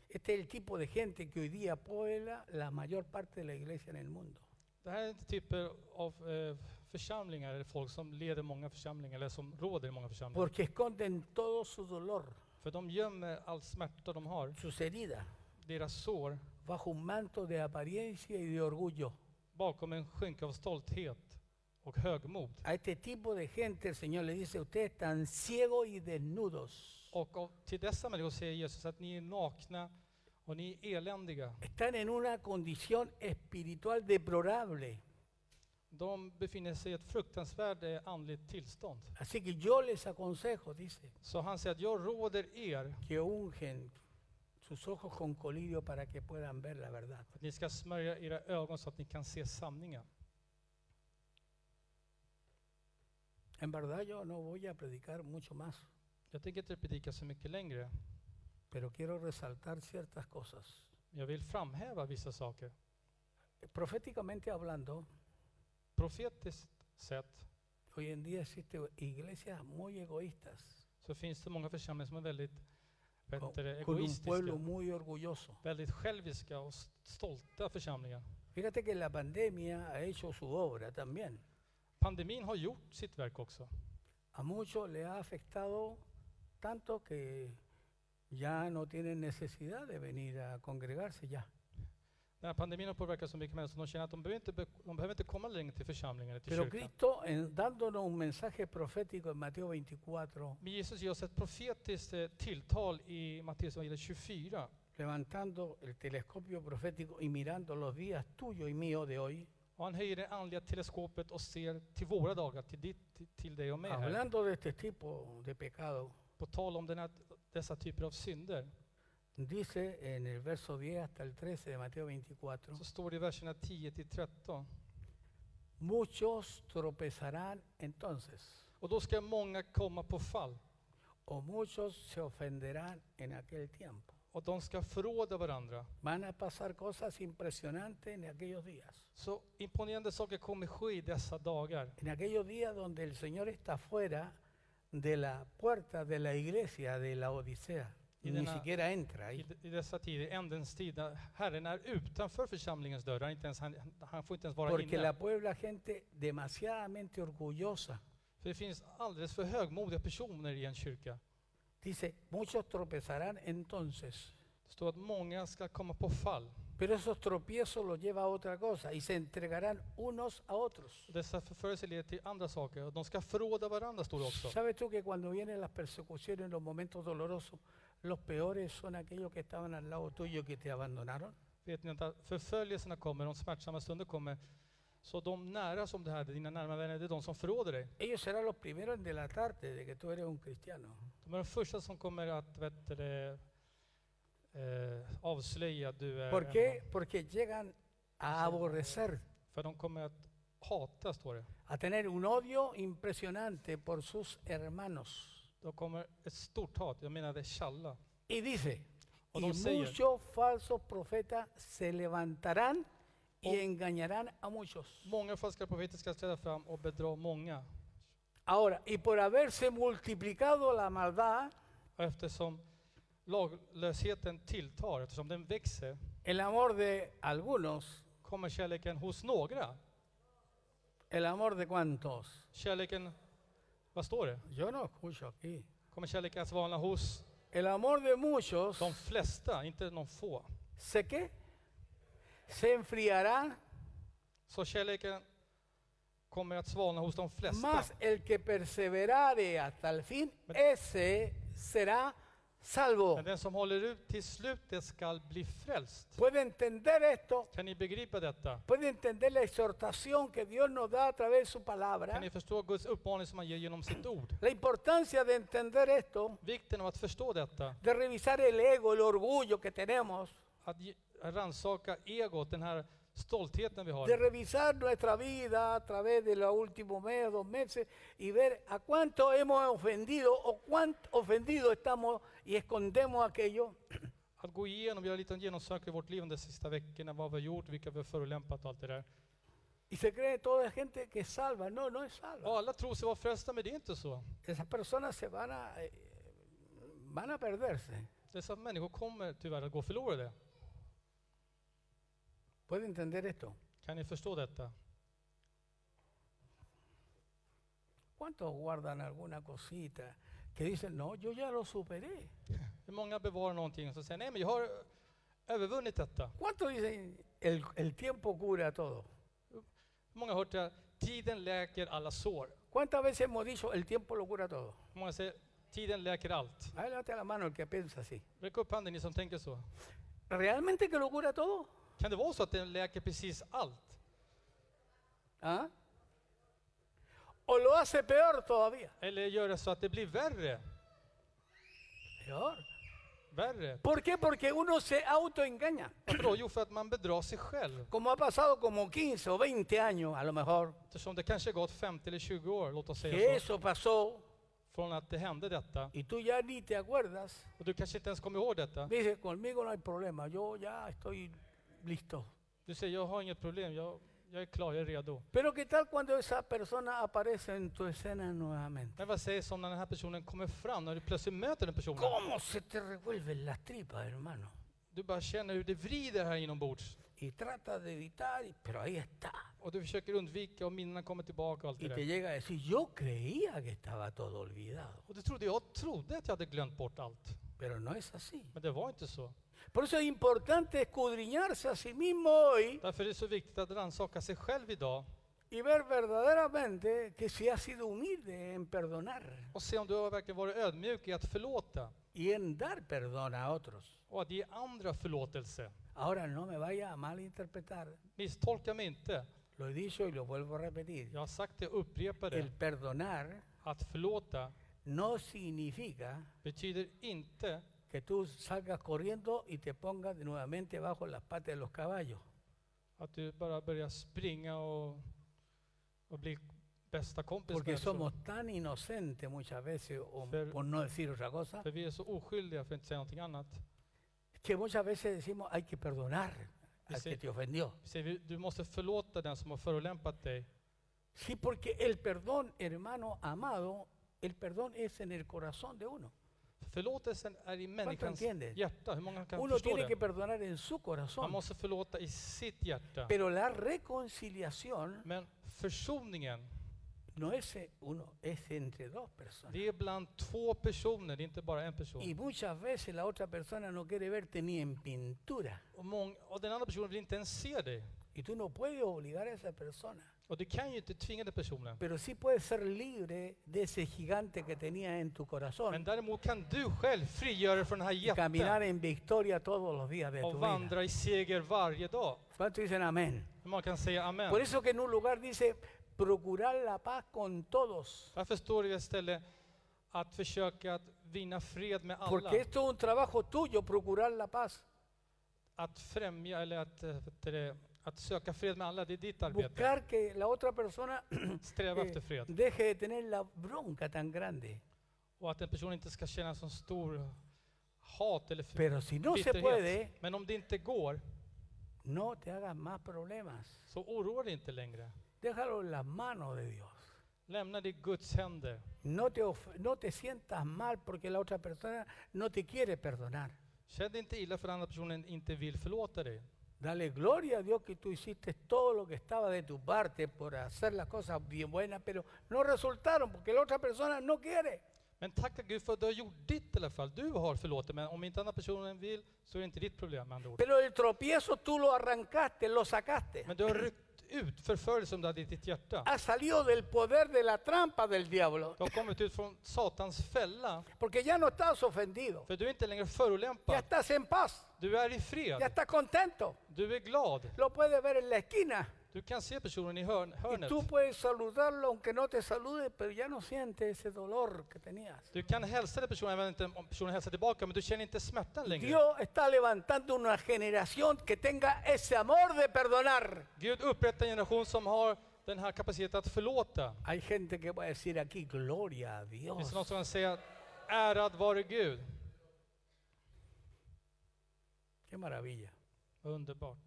A: Este es el tipo de gente que hoy día puebla la mayor parte de la iglesia en el mundo.
B: Det här är inte typer av eh, församlingar eller folk som leder många församlingar eller som råder i många församlingar.
A: Porque esconden todo su dolor,
B: För de gömmer all smärta de har,
A: sus heridas,
B: deras sår,
A: bajo un manto de apariencia y de orgullo.
B: bakom en skynke av stolthet och högmod.
A: A este tipo de gente el Señor le dice, ustedes están ciegos y desnudos.
B: Och av, till dessa människor säger Jesus att ni är nakna och ni är eländiga.
A: Están en una condición espiritual deplorable.
B: De befinner sig i ett fruktansvärt eh, andligt tillstånd.
A: Así que yo les aconsejo, dice,
B: Så han säger att jag råder er
A: que ungen sus ojos con colirio para que puedan ver la verdad.
B: att ni ska smörja era ögon så att ni kan se sanningen.
A: En verdad yo no voy a predicar mucho más,
B: Jag tänker inte predika så mycket längre.
A: pero quiero resaltar ciertas cosas.
B: men Jag vill framhäva vissa saker.
A: Proféticamente hablando,
B: Profetiskt sett
A: hoy en día existen iglesias muy egoístas,
B: så finns det många församlingar som är väldigt vad
A: con,
B: heter det,
A: con un pueblo
B: egoistiska.
A: muy orgulloso.
B: Väldigt själviska och st- stolta församlingar.
A: Fíjate que la pandemia ha hecho su obra también.
B: Pandemin har gjort sitt verk också.
A: A muchos le ha afectado tanto que ya no tienen necesidad de venir a congregarse ya.
B: Den här pandemin har påverkat så mycket människor som de känner att de behöver inte, be- de behöver inte komma längre till församlingen eller till
A: Pero
B: kyrkan.
A: Cristo, en- dándonos un mensaje profético en Mateo 24,
B: Men Jesus ger oss ett profetiskt eh, tilltal i Matteus evangeliet 24.
A: levantando el telescopio profético y mirando los días tuyos y míos de hoy,
B: Och han höjer det andliga teleskopet och ser till våra dagar, till, ditt, till- till dig och mig. Här.
A: hablando de este tipo de pecado,
B: På tal om den här, dessa typer av synder
A: dice en el verso 10 hasta el 13 de Mateo 24,
B: så står det i verserna 10 till 13.
A: muchos tropezarán entonces,
B: Och då ska många komma på fall
A: o muchos se ofenderán en aquel tiempo.
B: och de ska förråda varandra.
A: Van a pasar cosas impresionantes en aquellos días.
B: Så imponerande saker kommer ske i dessa dagar.
A: En aquellos días donde el Señor está fuera de la puerta de la iglesia de la Odisea.
B: Y de
A: Ni
B: la-
A: siquiera entra
B: I,
A: ahí.
B: d- I dessa tider, ändens tid, när Herren är utanför församlingens dörrar. Han, är inte ens, han, han får inte ens vara
A: Porque
B: inne.
A: la puebla gente demasiadamente orgullosa.
B: För det finns alldeles för högmodiga personer i en kyrka.
A: Dice, muchos tropezarán entonces.
B: Det står att många ska komma på fall.
A: Pero esos tropiezos los lleva a otra cosa y se entregarán unos a otros.
B: Och Dessa förförelser leder till andra saker. Och de ska förråda varandra, står det också.
A: ¿Sabes tú que cuando vienen las persecuciones, los momentos dolorosos, los peores son aquellos que estaban al lado tuyo y que te abandonaron?
B: Vet ni inte att förföljelserna kommer, de smärtsamma stunder kommer. Så de nära som du hade, dina närma vänner, det är de som förråder dig.
A: Ellos serán los primeros en delatarte de que tú eres un cristiano.
B: De är de första som kommer att vet du, det, eh, avslöja att du är
A: ¿Por
B: en av
A: qué?
B: dem.
A: Porque llegan a aborrecer,
B: För de kommer att hata, står det.
A: a tener un odio impresionante por sus hermanos.
B: Då kommer ett stort hat, jag menade tjalla.
A: Y dice,
B: O
A: y
B: no sé,
A: muchos falsos profetas se levantarán y
B: O-
A: engañarán a muchos.
B: Många falska profeter ska träda fram och bedra många.
A: Ahora, y por haberse multiplicado la maldad,
B: Och eftersom laglösheten tilltar, eftersom den växer,
A: el amor de algunos,
B: kommer kärleken hos några.
A: el amor de cuántos,
B: Kärleken, vad står det?
A: yo no escucho aquí,
B: Kommer kärleken att vara hos
A: el amor de muchos,
B: de flesta, inte någon få.
A: ¿sé qué? Se enfriará
B: Så kärleken kommer att svalna hos de flesta.
A: Más el que perseverare hasta el fin, ese será salvo.
B: Men den som håller ut till slutet skall bli frälst.
A: Puede entender esto,
B: Kan ni begripa detta?
A: puede entender la exhortación que Dios nos da a través de su palabra.
B: Kan ni förstå Guds uppmaning som han ger genom sitt ord?
A: La importancia de entender esto,
B: Vikten av att förstå detta,
A: de revisar el ego, el orgullo que tenemos,
B: att ge- rannsaka egot, den här stoltheten vi
A: de
B: har.
A: revisar nuestra vida a través de los últimos meses, dos meses, y ver a cuánto hemos ofendido o cuánto ofendido estamos y escondemos aquello.
B: Att gå igenom, göra lite en genomsökning i vårt liv under de sista veckorna, vad vi har gjort, vilka vi har förolämpat och allt det där.
A: Y se cree toda gente que es salva. No, no es
B: Och
A: salva.
B: alla tror sig vara frälsta, men det är inte så.
A: Esas personas se van a, eh, van a perderse.
B: Dessa människor kommer tyvärr att gå förlorade.
A: ¿Puede entender esto?
B: Kan ni förstå detta?
A: ¿Cuántos guardan alguna cosita que dicen, no, yo ya lo superé?
B: Hur många bevarar någonting och så säger nej men jag har övervunnit detta.
A: ¿Cuántos dicen, el, el tiempo cura todo?
B: Hur många har hört det här? Tiden läker alla sår.
A: ¿Cuántas veces hemos dicho, el tiempo lo cura todo?
B: Hur många säger tiden läker allt?
A: Adelante la mano el que piensa así.
B: Räck upp handen ni som tänker så.
A: ¿Realmente que lo cura todo?
B: Kan det vara så att den läker precis allt?
A: ¿Ah? ¿O lo hace peor todavía?
B: Eller gör det så att det blir värre?
A: Peor.
B: Värre?
A: ¿Por qué? Porque uno se autoengaña.
B: Varför då? Jo, för att man bedrar sig själv.
A: Como ha pasado como 15 o 20 años, a lo mejor,
B: Eftersom det kanske gått 50 eller 20 år, låt oss
A: que
B: säga så,
A: eso pasó
B: från att det hände detta.
A: y tú ya ni te acuerdas,
B: Och du kanske inte ens kommer ihåg detta.
A: dices, conmigo no hay problema, yo ya estoy listo.
B: Du säger, jag har inget problem, jag, jag är klar, jag är redo.
A: Pero ¿qué tal cuando esa persona aparece en tu escena nuevamente?
B: Men vad sägs om när den här personen kommer fram, när du plötsligt möter den personen?
A: ¿Cómo se te revuelven las tripas, hermano?
B: Du bara känner hur det vrider här inombords.
A: Y tratas de evitar, y- pero ahí está.
B: Och du försöker undvika och minnena kommer tillbaka och allt det
A: Y te
B: där.
A: llega a decir, yo creía que estaba todo olvidado,
B: Och du trodde, jag trodde att jag hade glömt bort allt.
A: pero no es así.
B: Men det var inte så.
A: Por eso es importante escudriñarse a sí mismo hoy
B: Därför är det så viktigt att rannsaka sig själv idag
A: y ver verdaderamente que si has sido humilde en perdonar
B: och se om du har verkligen varit ödmjuk i att förlåta
A: y en dar perdón a otros.
B: och att ge andra förlåtelse.
A: Ahora no me vaya a malinterpretar,
B: Misstolka mig inte.
A: lo he dicho y lo vuelvo a repetir.
B: Jag har sagt det och upprepar
A: El
B: det.
A: perdonar
B: Att förlåta
A: no significa
B: betyder inte
A: que tú salgas corriendo y te pongas nuevamente bajo las patas de los caballos.
B: att du bara börjar springa och, och bli bästa kompis med
A: Porque
B: den personen.
A: somos tan inocentes muchas veces, o
B: Pero-
A: por no decir otra cosa,
B: För vi är så oskyldiga, för att inte säga någonting annat.
A: que muchas veces decimos hay que perdonar al
B: Dice-
A: que te ofendió.
B: Vi säger, "Vi- du måste förlåta den som har förolämpat dig.
A: Sí, porque el perdón, hermano amado, el perdón es en el corazón de uno.
B: Förlåtelsen är i
A: ¿Cuánto
B: människans
A: entiende?
B: hjärta. Hur många kan
A: Uno
B: förstå
A: tiene que
B: det?
A: perdonar en su
B: Man
A: corazón.
B: måste förlåta i sitt hjärta.
A: Pero la reconciliación
B: Men försoningen,
A: no es eh, uno, es entre dos personas.
B: det är bland två personer, det är inte bara en person.
A: Y muchas veces la otra persona no quiere verte ni en pintura.
B: Och, mång- och den andra personen vill inte ens se dig.
A: Y tú no puedes obligar a esa persona.
B: Och du kan ju inte tvinga den personen.
A: Pero sí puedes ser libre de ese gigante que tenía en tu
B: Men
A: corazón.
B: däremot kan du själv frigöra dig från den här
A: Y caminar
B: jätten
A: en victoria todos los días de
B: och
A: tu vida.
B: vandra i seger varje dag.
A: ¿Cuántos dicen amén?
B: Hur många kan säga amen?
A: Por eso que en un lugar dice procurar la paz con todos.
B: Varför står det istället att försöka att vinna fred med alla?
A: Porque esto es un trabajo tuyo, procurar la paz.
B: Att främja eller att, eh, vet du det, att söka fred med alla, det är ditt arbete.
A: Buscar que la otra persona
B: Sträva
A: eh,
B: efter fred.
A: deje de tener la bronca tan grande.
B: Och att en person inte ska känna sån stor hat eller f-
A: Pero si no se
B: bitterhet.
A: puede,
B: Men om det inte går,
A: no te hagas más problemas.
B: så oroa dig inte längre.
A: Déjalo en las manos de Dios.
B: Lämna det i Guds händer.
A: No te, of- no te sientas mal porque la otra persona no te quiere perdonar.
B: Känn dig inte illa för den andra personen inte vill förlåta dig.
A: Dale gloria a Dios que tú hiciste todo lo que estaba de tu parte por hacer las cosas bien buenas, pero no resultaron porque la otra persona no quiere.
B: Men tacka Gud för att du har gjort ditt i alla fall. Du har förlåtit, men om inte andra personen vill så är det inte ditt problem med andra ord.
A: Pero el tropiezo tú lo arrancaste, lo sacaste.
B: Men du har ryckt ut förförelse om du hade i ditt hjärta.
A: Ha salido del poder de la trampa del diablo.
B: Du har kommit ut från Satans fälla,
A: Porque ya no estás ofendido.
B: för du är inte längre
A: Ya
B: förolämpad.
A: estás en paz.
B: Du är i
A: Ya
B: fred.
A: estás contento.
B: Du är glad.
A: Lo puedes ver en la esquina.
B: Du kan se personen i hörn,
A: Y
B: hörnet.
A: tú puedes saludarlo aunque no te salude, pero ya no sientes ese dolor que tenías.
B: Du kan hälsa den personen, även inte om personen hälsar tillbaka, men du känner inte smärtan längre.
A: Dios está levantando una generación que tenga ese amor de perdonar.
B: Gud upprättar en generation som har den här kapaciteten att förlåta.
A: Hay gente que va a decir aquí, gloria a
B: Det finns
A: Dios.
B: någon som kan säga ärad vare Gud.
A: Qué maravilla.
B: Underbart.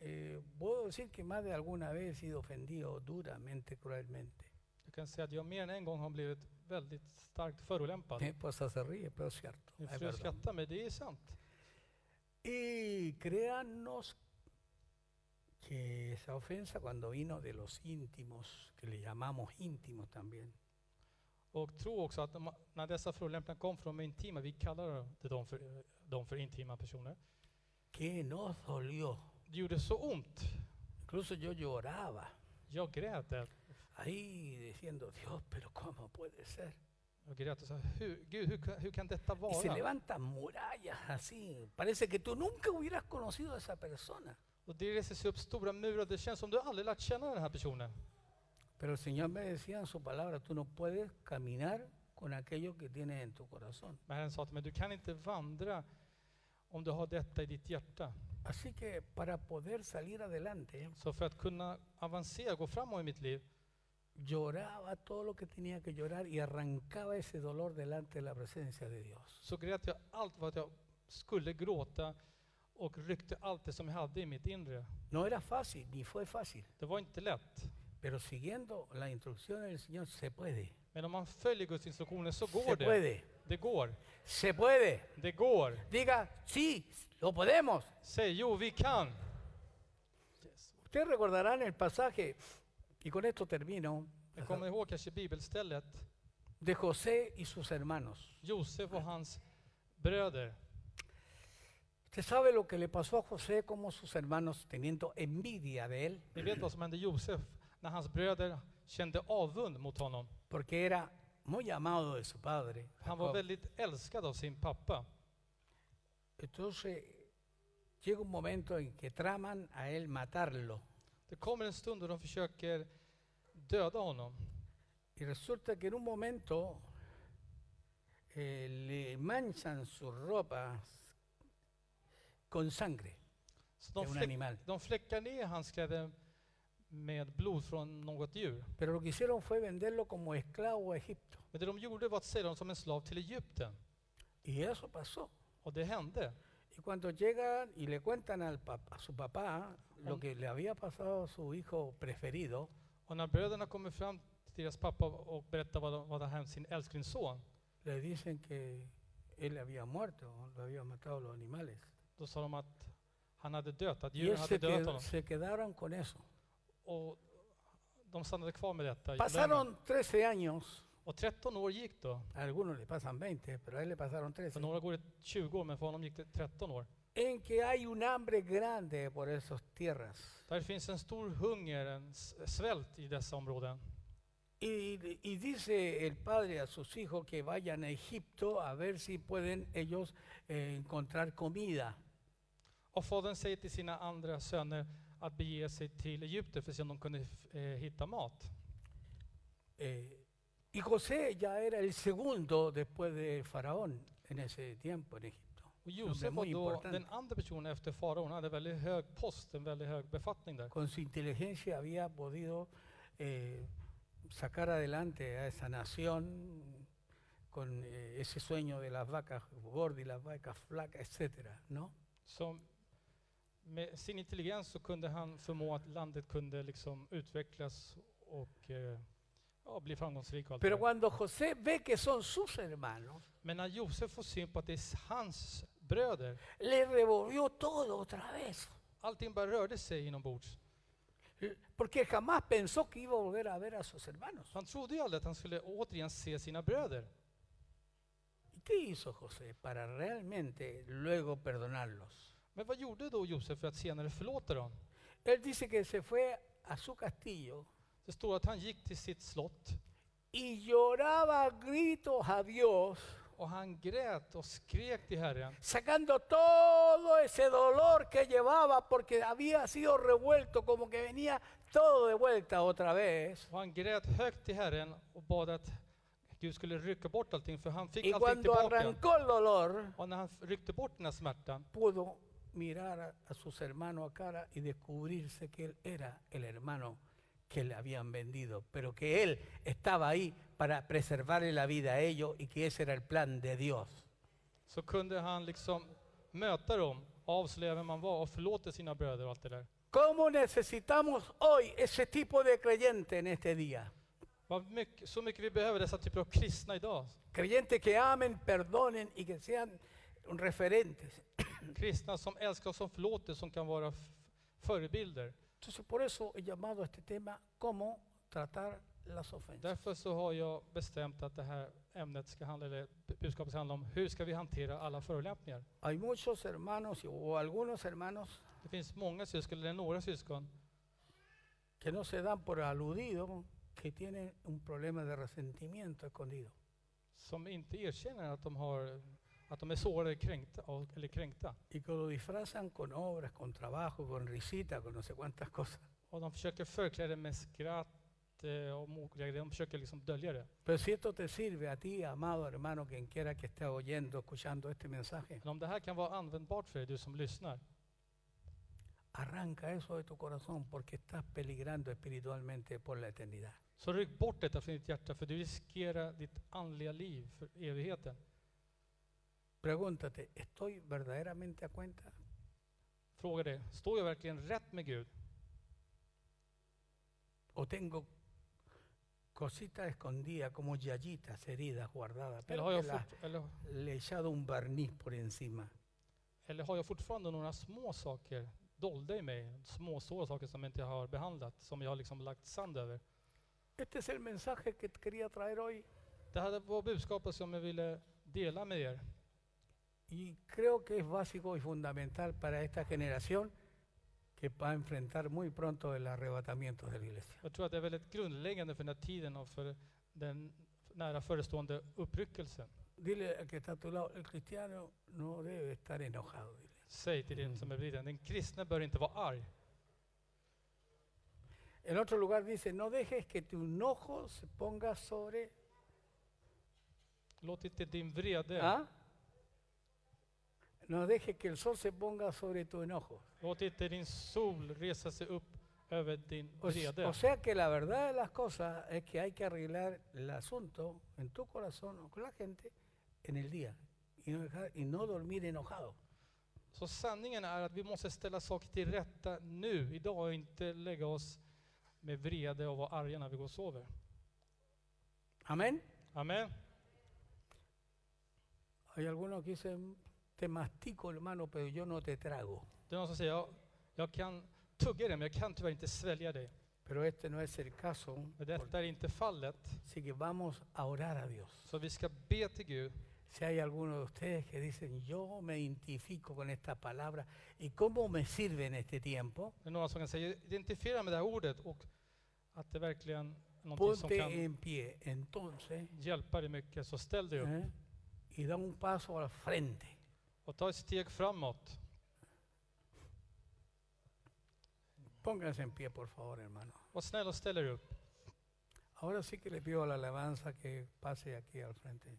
A: Eh, puedo decir que más de alguna vez he sido ofendido duramente, cruelmente.
B: Du kan säga att jag mer än en gång har blivit väldigt starkt förolämpad.
A: Mi esposa se ríe, pero es cierto.
B: Min
A: Ay,
B: fru
A: perdón.
B: skrattar mig, det är sant.
A: Y créanos que esa ofensa cuando vino de los íntimos, que le llamamos íntimos también,
B: Och tro också att de- när dessa förolämpningar kom från de intima, vi kallar det dem för, dem för intima personer,
A: que nos dolió.
B: det gjorde så ont.
A: Incluso yo lloraba
B: Jag grät. där.
A: ahí diciendo, Dios, pero ¿cómo puede ser?
B: Jag grät och sa, hur, Gud, hur, kan- hur kan detta
A: Y se
B: vara?
A: levantan murallas así. Parece que tú nunca hubieras conocido a esa persona.
B: Och det reser sig upp stora murar, det känns som du aldrig lärt känna den här personen.
A: Pero el Señor me decía en su palabra, tú no puedes caminar con aquello que tienes en tu corazón.
B: Men Herren sa till mig, du kan inte vandra om du har detta i ditt hjärta.
A: Así que para poder salir adelante,
B: Så för att kunna avancera, gå framåt i mitt liv,
A: lloraba todo lo que tenía que llorar y arrancaba ese dolor delante de la presencia de Dios.
B: så grät jag allt vad jag skulle gråta och ryckte allt det som jag hade i mitt inre.
A: No era fácil, ni fue fácil,
B: Det var inte lätt.
A: pero siguiendo las instrucciones del Señor se puede.
B: Men om man följer Guds instruktioner så går
A: Se
B: det.
A: puede,
B: Det går.
A: se puede.
B: Det går.
A: Diga, sí, lo podemos.
B: Säg jo, vi kan.
A: Ustedes recordarán el pasaje, y con esto termino,
B: Jag kommer ihåg kanske bibelstället.
A: de José y sus hermanos.
B: Josef och hans bröder.
A: ¿Usted sabe lo que le pasó a José, como sus hermanos, teniendo envidia de él?
B: Ni vet vad som hände Josef när hans bröder kände avund mot honom.
A: Porque era muy amado de su padre.
B: Han var
A: Jacob.
B: väldigt älskad av sin pappa.
A: Entonces llega un momento en que traman a él matarlo.
B: Det kommer en stund då de försöker döda honom.
A: Y resulta que en un momento eh, le manchan sus ropas con sangre de
B: Så de,
A: un
B: fläck,
A: animal.
B: de fläckar ner hans kläder med blod från något djur.
A: Pero lo que hicieron fue venderlo como esclavo a Egipto.
B: Men det de gjorde var att sälja honom som en slav till Egypten.
A: Y eso pasó.
B: Och det hände.
A: Y cuando llegan y le cuentan al pap- a su papá lo
B: Om-
A: que le había pasado a su hijo preferido,
B: Och när bröderna kommer fram till deras pappa och berättar vad, de- vad det har hänt sin älsklingsson,
A: le dicen que él había muerto, lo habían matado los animales.
B: då sa de att han hade dött, att
A: Y
B: djuren
A: él
B: hade
A: se,
B: dödat
A: qued-
B: honom.
A: se quedaron con eso.
B: Och de stannade kvar med detta. lögnen.
A: Pasaron 13 años,
B: Och 13 år gick då.
A: a algunos le pasan 20, pero a él le pasaron
B: För
A: 13,
B: några går det 20 år, men för honom gick det 13 år.
A: en que hay un hambre grande por esas tierras.
B: Där finns en stor hunger, en s- svält i dessa områden.
A: Y, y dice el padre a sus hijos que vayan a Egipto a ver si pueden ellos eh, encontrar comida.
B: Och fadern säger till sina andra söner att bege sig till Egypten för att se om de kunde f- eh, hitta mat.
A: Eh, y José ya era el segundo después de Faraón en ese tiempo en Egipto.
B: Och
A: det är
B: Josef var
A: mycket
B: då
A: important.
B: den andra personen efter faraon. Han hade väldigt hög post, en väldigt hög befattning där.
A: Con su inteligencia había podido eh, sacar adelante a esa nación con eh, ese sueño de las vacas gordas y las vacas flacas, etcétera, ¿no?
B: Så med sin intelligens så kunde han förmå att landet kunde liksom utvecklas och eh, ja, bli framgångsrik. Och allt det
A: Pero
B: där.
A: cuando José ve que son sus hermanos,
B: Men när Josef får syn på att det är hans bröder,
A: le revolvió todo otra vez,
B: allting bara rörde sig inombords.
A: eh, porque jamás pensó que iba a volver a ver a sus hermanos.
B: Han trodde ju aldrig att han skulle återigen se sina bröder.
A: ¿Y qué hizo José para realmente luego perdonarlos?
B: Men vad gjorde då Josef för att senare förlåta dem?
A: Él dice que se fue a su castillo
B: Det står att han gick till sitt slott
A: y lloraba a gritos a Dios,
B: och han grät och skrek till Herren
A: sacando todo ese dolor que llevaba porque había sido revuelto, como que venía todo de vuelta otra vez.
B: Och han grät högt till Herren och bad att Gud skulle rycka bort allting, för han fick
A: Y
B: allting
A: cuando
B: tillbaka.
A: arrancó el dolor,
B: Och när han ryckte bort den här smärtan
A: pudo mirar a, a sus hermanos a cara y descubrirse que él era el hermano que le habían vendido, pero que él estaba ahí para preservarle la vida a ellos y que ese era el plan de Dios.
B: så kunde han liksom möta dem, avslöja vem man var och förlåta sina bröder och allt det där.
A: ¿Cómo necesitamos hoy ese tipo de creyente en este día?
B: Vad mycket, så mycket vi behöver dessa typer av kristna idag.
A: Creyentes que amen, perdonen y que sean referentes.
B: Kristna som älskar och som förlåter, som kan vara f- förebilder.
A: Entonces por eso he llamado a este tema cómo tratar las ofensas.
B: Därför så har jag bestämt att det här ämnet ska handla, eller budskapet ska handla om hur ska vi hantera alla förolämpningar.
A: Hay muchos hermanos o algunos hermanos
B: Det finns många syskon, eller några syskon,
A: que no se dan por aludido que tienen un problema de resentimiento escondido.
B: som inte erkänner att de, har, att de är sårade eller kränkta, av- eller kränkta.
A: Y que lo disfrazan con obras, con trabajo, con risita, con no sé cuántas cosas.
B: Och de försöker förklä det med skratt eh, och motgrejer. De försöker liksom dölja det.
A: Pero si esto te sirve a ti, amado hermano, quien quiera que esté oyendo, escuchando este mensaje,
B: Men om det här kan vara användbart för dig, du som lyssnar,
A: arranca eso de tu corazón porque estás peligrando espiritualmente por la eternidad.
B: så ryck bort detta från ditt hjärta, för du riskerar ditt andliga liv för evigheten.
A: Pregúntate, ¿estoy verdaderamente a cuenta?
B: Fråga dig, står jag verkligen rätt med Gud?
A: ¿O tengo cositas escondidas como yayitas heridas guardadas?
B: Eller
A: Pero
B: har
A: que
B: jag,
A: las-
B: fort, eller,
A: le he echado un barniz por encima.
B: eller har jag fortfarande några små saker dolda i mig? Små stora saker som jag inte har behandlat, som jag har liksom lagt sand över.
A: Este es el mensaje que quería traer hoy
B: Det här var budskapet som jag ville dela med er.
A: y creo que es básico y fundamental para esta generación que va a enfrentar muy pronto el arrebatamiento de la iglesia.
B: Jag tror att det är väldigt grundläggande för den här tiden och för den nära förestående uppryckelsen.
A: Dile al que está a tu lado, el cristiano no debe estar enojado. dile.
B: Säg till din som är briden, den kristne bör inte vara arg.
A: En otro lugar dice, no dejes que tu enojo se ponga sobre...
B: Låt inte din vrede,
A: ¿Ah? No dejes que el sol se ponga sobre tu enojo.
B: låt inte din sol resa sig upp över din
A: O, s-
B: vrede.
A: o sea que la verdad de las cosas es que hay que arreglar el asunto en tu corazón o con la gente en el día y no, dejar- y no dormir enojado.
B: Så sanningen är att vi måste ställa saker till rätta nu, idag och inte lägga oss med vrede och vara arga när vi går och sover.
A: Amén.
B: Amen.
A: Hay algunos que dicen, te mastico hermano, pero yo no te trago.
B: Det är någon som säger, jag, jag kan tugga dig men jag kan tyvärr inte svälja dig.
A: Pero este no es el caso.
B: Men detta är inte fallet.
A: Así que vamos a orar a Dios.
B: Så vi ska be till Gud.
A: Si hay alguno de ustedes que dicen, yo me identifico con esta palabra y cómo me sirve en este tiempo,
B: Det är några som kan säga, identifiera med det här ordet och att det verkligen är någonting som
A: ponte
B: kan
A: en pie. Entonces,
B: hjälpa dig mycket. Så ställ dig upp
A: ¿eh? y da un paso al frente.
B: och ta ett steg framåt.
A: Pónganse en pie, por favor, hermano.
B: Var snäll och ställ er upp.
A: Ahora sí que le pido a la alabanza que pase aquí al frente.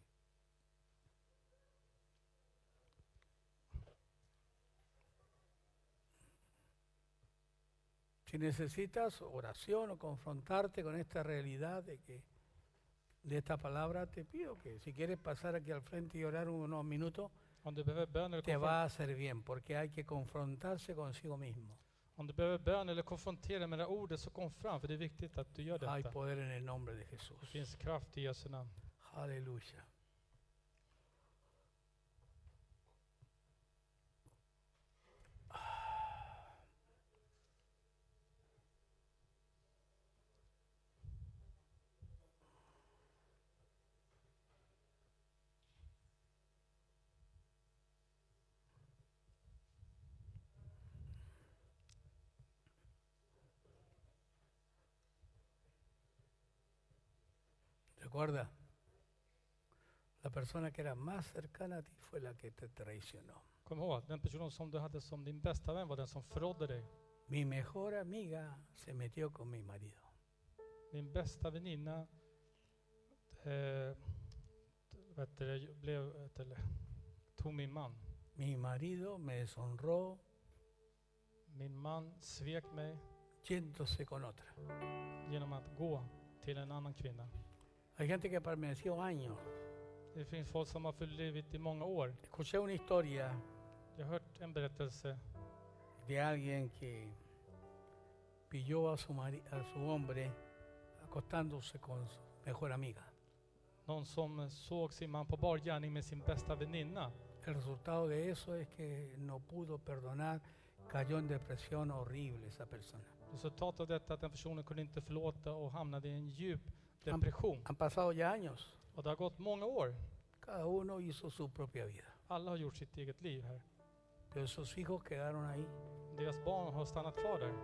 A: Si necesitas oración o confrontarte con esta realidad de que de esta palabra, te pido que si quieres pasar aquí al frente y orar unos minutos,
B: Om du behöver bön eller,
A: te
B: konfron-
A: va a hacer bien, porque hay que confrontarse consigo mismo.
B: om du behöver bön eller konfrontera med det här ordet så kom fram för det är viktigt att du gör
A: Hay
B: detta.
A: poder en el nombre de Jesús.
B: Det finns kraft i Jesu namn.
A: Aleluya. Recuerda, la persona que era más cercana a ti fue la que te traicionó.
B: Kom ihåg att den personen som du hade som din bästa vän var den som förrådde dig.
A: Mi mejor amiga se metió con mi marido.
B: Din bästa väninna eh, vad heter det, blev, vad heter det, tog min man.
A: Mi marido me deshonró
B: Min man svek mig
A: yéndose con otra.
B: genom att gå till en annan kvinna.
A: Hay gente que permaneció años.
B: Det finns folk som har förlivit i många år.
A: Escuché una historia
B: Jag har hört en berättelse
A: de alguien que pilló a su, mari- a su hombre acostándose con su mejor amiga.
B: Någon som såg sin man på bar gärning med sin bästa väninna.
A: El resultado de eso es que no pudo perdonar, cayó en depresión horrible esa persona.
B: Resultatet av detta är att den personen kunde inte förlåta och hamnade i en djup depression.
A: Han pasado ya años,
B: Och det har gått många år.
A: cada uno hizo su propia vida,
B: Alla har gjort sitt eget liv här.
A: pero sus hijos quedaron ahí
B: Deras barn har stannat kvar där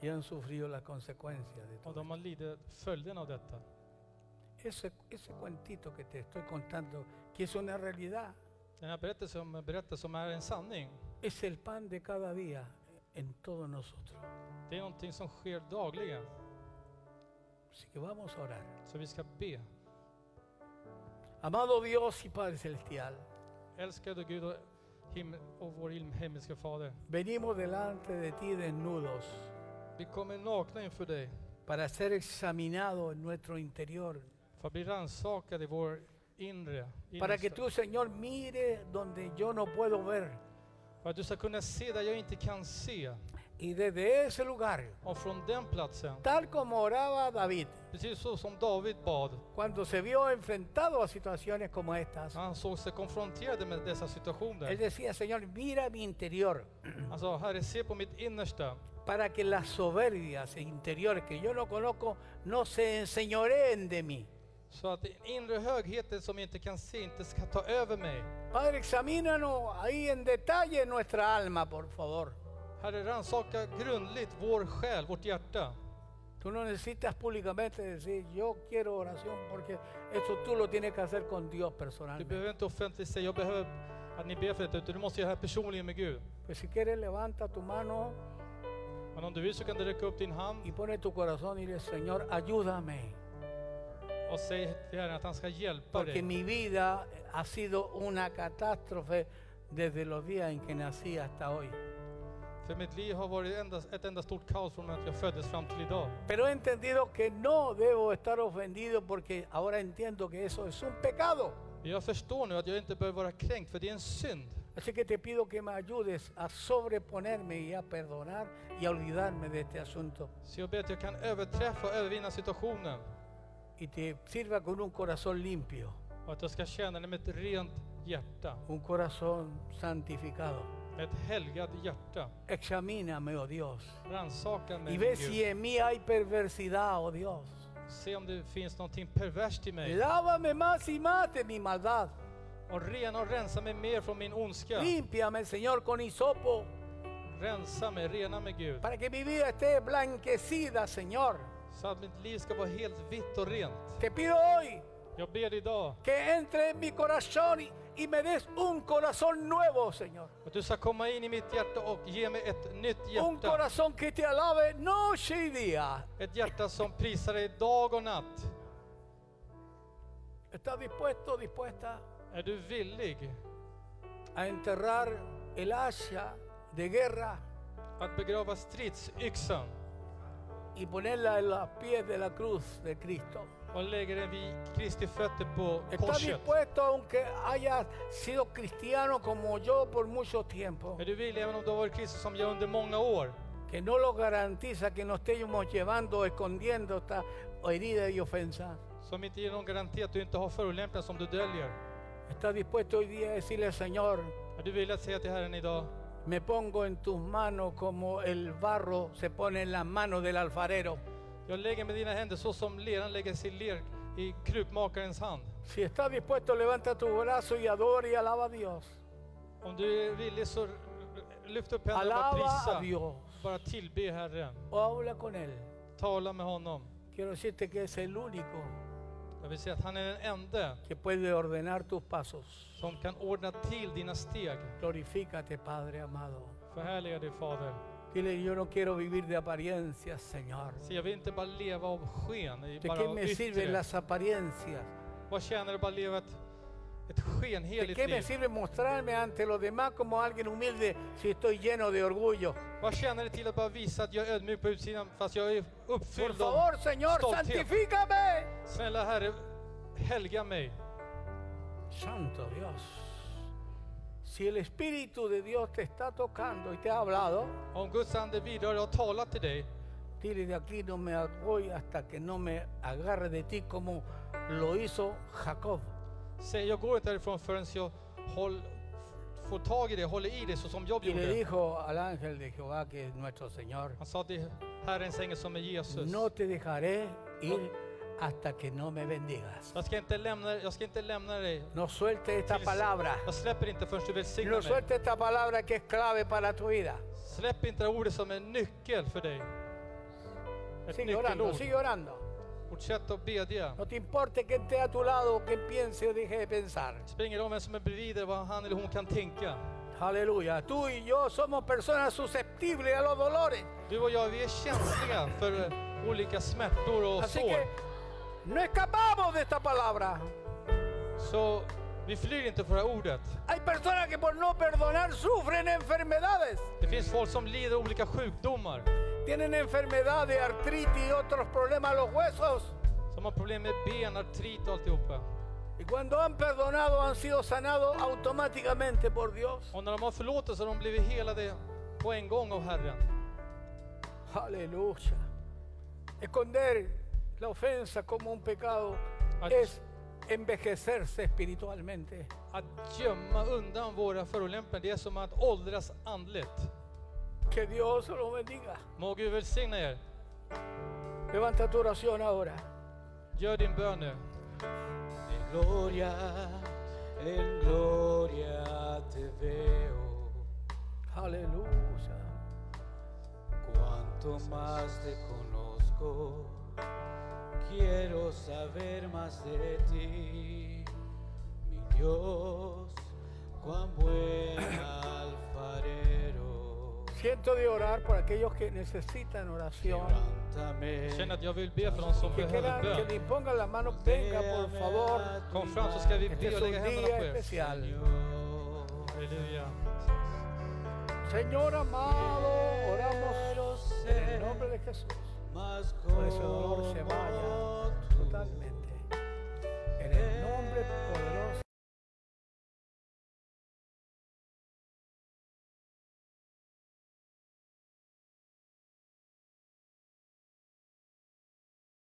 A: y han sufrido las consecuencias de
B: och
A: todo.
B: de har lidit följden av detta.
A: Ese, ese cuentito que te estoy contando, que es una realidad,
B: Den här berättelsen som jag berättar som är en sanning,
A: es el pan de cada día en todos nosotros.
B: det är någonting som sker dagligen.
A: Así que vamos a orar.
B: Så vi ska be.
A: Amado Dios y Padre Celestial,
B: Älskade Gud och, him- och vår him- himmelska Fader,
A: venimos delante de ti desnudos
B: vi kommer nakna inför dig
A: para ser examinados en nuestro interior,
B: för att bli rannsakade i vår inre.
A: para que
B: innersta.
A: tú, Señor, mire donde yo no puedo ver
B: För att du ska kunna se där jag inte kan se.
A: y desde ese lugar,
B: Och från den platsen,
A: tal como oraba David,
B: precis så som David bad,
A: cuando se vio enfrentado a situaciones como estas,
B: han såg sig konfronterad med dessa
A: él
B: situationer.
A: decía, Señor, mira mi interior,
B: Han sa, Herre, se på mitt innersta.
A: para que las soberbias interiores que yo no conozco no se enseñoreen de mí.
B: Så att den inre högheten som jag inte kan se inte ska ta över mig.
A: Padre, examínanos ahí en detalle nuestra alma, por favor.
B: Herre, rannsaka grundligt vår själ, vårt hjärta.
A: Tú no necesitas públicamente decir, yo quiero oración, porque eso tú lo tienes que hacer con Dios
B: Du
A: personalmente.
B: behöver inte offentligt säga, jag behöver att ni ber för detta, utan du måste göra det här personligen med Gud.
A: Pues si quieres, levanta tu mano
B: Men om du vill så kan du räcka upp din hand
A: y pone tu corazón y dile, Señor, ayúdame,
B: och säg till Herren att han ska hjälpa
A: porque
B: dig.
A: mi vida eh, ha sido una catástrofe desde los días en que nací hasta hoy.
B: För mitt liv har varit endast, ett enda stort kaos från att jag föddes fram till idag.
A: Pero he entendido que no debo estar ofendido porque ahora entiendo que eso es un pecado.
B: Jag förstår nu att jag inte behöver vara kränkt, för det är en synd.
A: Así que te pido que me ayudes a sobreponerme y a perdonar y a olvidarme de este asunto.
B: Så jag ber att jag kan överträffa och övervinna situationen.
A: Y te sirva con un corazón limpio,
B: Och att jag ska känna det med ett rent hjärta,
A: un corazón santificado.
B: med ett helgat hjärta.
A: Examíname, oh Dios,
B: Rannsaka mig,
A: y
B: min
A: ve si
B: Gud.
A: en mí hay perversidad, oh Dios.
B: Se om det finns någonting perverst i mig.
A: Lávame más y más de mi maldad.
B: Och rena och rensa mig mer från min ondska.
A: Límpiame, Señor, con hisopo,
B: Rensa mig, rena mig Gud.
A: para que mi vida esté blanquecida, Señor.
B: Så att mitt liv ska vara helt vitt och rent.
A: Te pido hoy
B: Jag ber dig idag
A: que entre en mi corazón y, y me des un corazón nuevo, Señor.
B: att du ska komma in i mitt hjärta och ge mig ett nytt
A: Un
B: hjärta.
A: corazón que te alabe noche y día.
B: Ett hjärta som prisar dig dag och natt.
A: ¿Estás dispuesto, dispuesta
B: Är du villig
A: a enterrar el hacha de guerra
B: att begrava stridsyxan
A: y ponerla en los pies de la cruz de Cristo?
B: och lägga den vid Kristi fötter på
A: ¿Estás
B: korset?
A: dispuesto, aunque hayas sido cristiano como yo por mucho tiempo,
B: Är du villig även om du har varit kristen som jag under många år?
A: que no lo garantiza que no estemos llevando o escondiendo esta herida y ofensa?
B: Som inte ger någon garanti att du inte har förolämpningar som du döljer.
A: ¿Estás dispuesto hoy día a decirle, Señor,
B: Är du villig att säga till Herren idag
A: me pongo en tus manos como el barro se pone en las manos del alfarero?
B: Jag lägger med dina händer så som leran lägger sig ler i krukmakarens hand.
A: Si estás dispuesto, levanta tu brazo y adora y alaba a Dios.
B: Om du är villig så lyft upp händerna och bara
A: Alaba a
B: prisa.
A: Dios.
B: Bara tillbe Herren.
A: O habla con Él.
B: Tala med honom.
A: Quiero decirte que es el único
B: Jag vill säga att han är den enda
A: que puede ordenar tus pasos.
B: som kan ordna till dina steg.
A: Glorifícate, Padre amado.
B: Förhärliga dig Fader.
A: Dile, yo no quiero vivir de apariencias, Señor.
B: Så jag vill inte bara leva av sken, i
A: ¿De
B: bara
A: qué
B: av
A: me sirven
B: yttre.
A: las apariencias?
B: Vad tjänar det bara att leva ett, ett
A: ¿De
B: skenheligt
A: qué me
B: liv?
A: sirve mostrarme ante los demás como alguien humilde si estoy lleno de orgullo?
B: Vad tjänar det till att bara visa att jag är ödmjuk på utsidan fast jag är
A: Por
B: uppfylld av...
A: favor, Señor,
B: stolthet.
A: santifícame.
B: Snälla Herre, helga mig.
A: Santo Dios. Si el Espíritu de Dios te está tocando y te ha hablado,
B: Om Guds ande vidrör och har talat till dig,
A: dile de aquí no me voy hasta que no me agarre de ti como lo hizo Jacob.
B: säg jag går inte härifrån förrän jag håll, får tag i dig, håller i dig så som Jobb
A: Y le
B: gjorde.
A: dijo al ángel de Jehová, que es nuestro Señor,
B: Han sa till Herrens ängel som är Jesus.
A: no te dejaré ir hasta que no me bendigas.
B: Jag ska inte lämna, jag ska inte lämna dig.
A: No suelte esta
B: Tills-
A: palabra.
B: Jag släpper inte förrän du välsignar
A: No
B: mig.
A: suelte esta palabra que es clave para tu vida.
B: Släpp inte det ordet som en nyckel för dig. Ett
A: Sigue orando,
B: nyckelord.
A: sigue orando.
B: Fortsätt att bedja.
A: No te importe que esté a tu lado o que piense o deje de pensar.
B: Spring om vem som är bredvid dig, vad han eller hon kan tänka.
A: Aleluya. Tú y yo somos personas susceptibles a los dolores.
B: Du och jag, vi är känsliga för eh, olika smärtor och
A: Así
B: sår.
A: que no escapamos de esta palabra.
B: Så vi flyr inte för det här ordet.
A: Hay personas que por no perdonar sufren enfermedades.
B: Det finns folk som lider av olika sjukdomar.
A: Tienen enfermedad de artritis y otros problemas a los huesos.
B: Som har problem med ben, artrit och alltihopa.
A: Y cuando han perdonado han sido sanados automáticamente por Dios.
B: Och när de har förlåtelse har de blivit helade på en gång av Herren.
A: Aleluya. Esconder la ofensa como un pecado
B: Ach.
A: es envejecerse espiritualmente.
B: Att gömma undan våra förolämpningar, det är som att åldras andligt.
A: Que Dios los bendiga.
B: Må Gud välsigna er.
A: Levanta tu oración ahora.
B: Gör din bön nu.
C: En gloria, en gloria te veo.
A: Aleluya.
C: Cuanto más te conozco, quiero saber más de ti. Mi Dios, cuán buen alfarero.
A: Siento de orar por aquellos que necesitan oración.
C: Quebrántame.
B: Jag känner att jag vill be för de som
A: Que
B: behöver
A: quieran que
B: bön.
A: le impongan la mano, venga por favor.
B: Kom fram så ska vi
A: Este
B: be
A: es
B: och
A: un
B: lägga
A: día
B: händerna
C: pues.
B: på er.
A: especial.
B: Halleluja.
A: Señor amado, oramos en
C: Quiero
A: el
C: ser
A: nombre de Jesús.
C: más
A: Por ese dolor se vaya
C: como tú.
A: totalmente. En el nombre poderoso.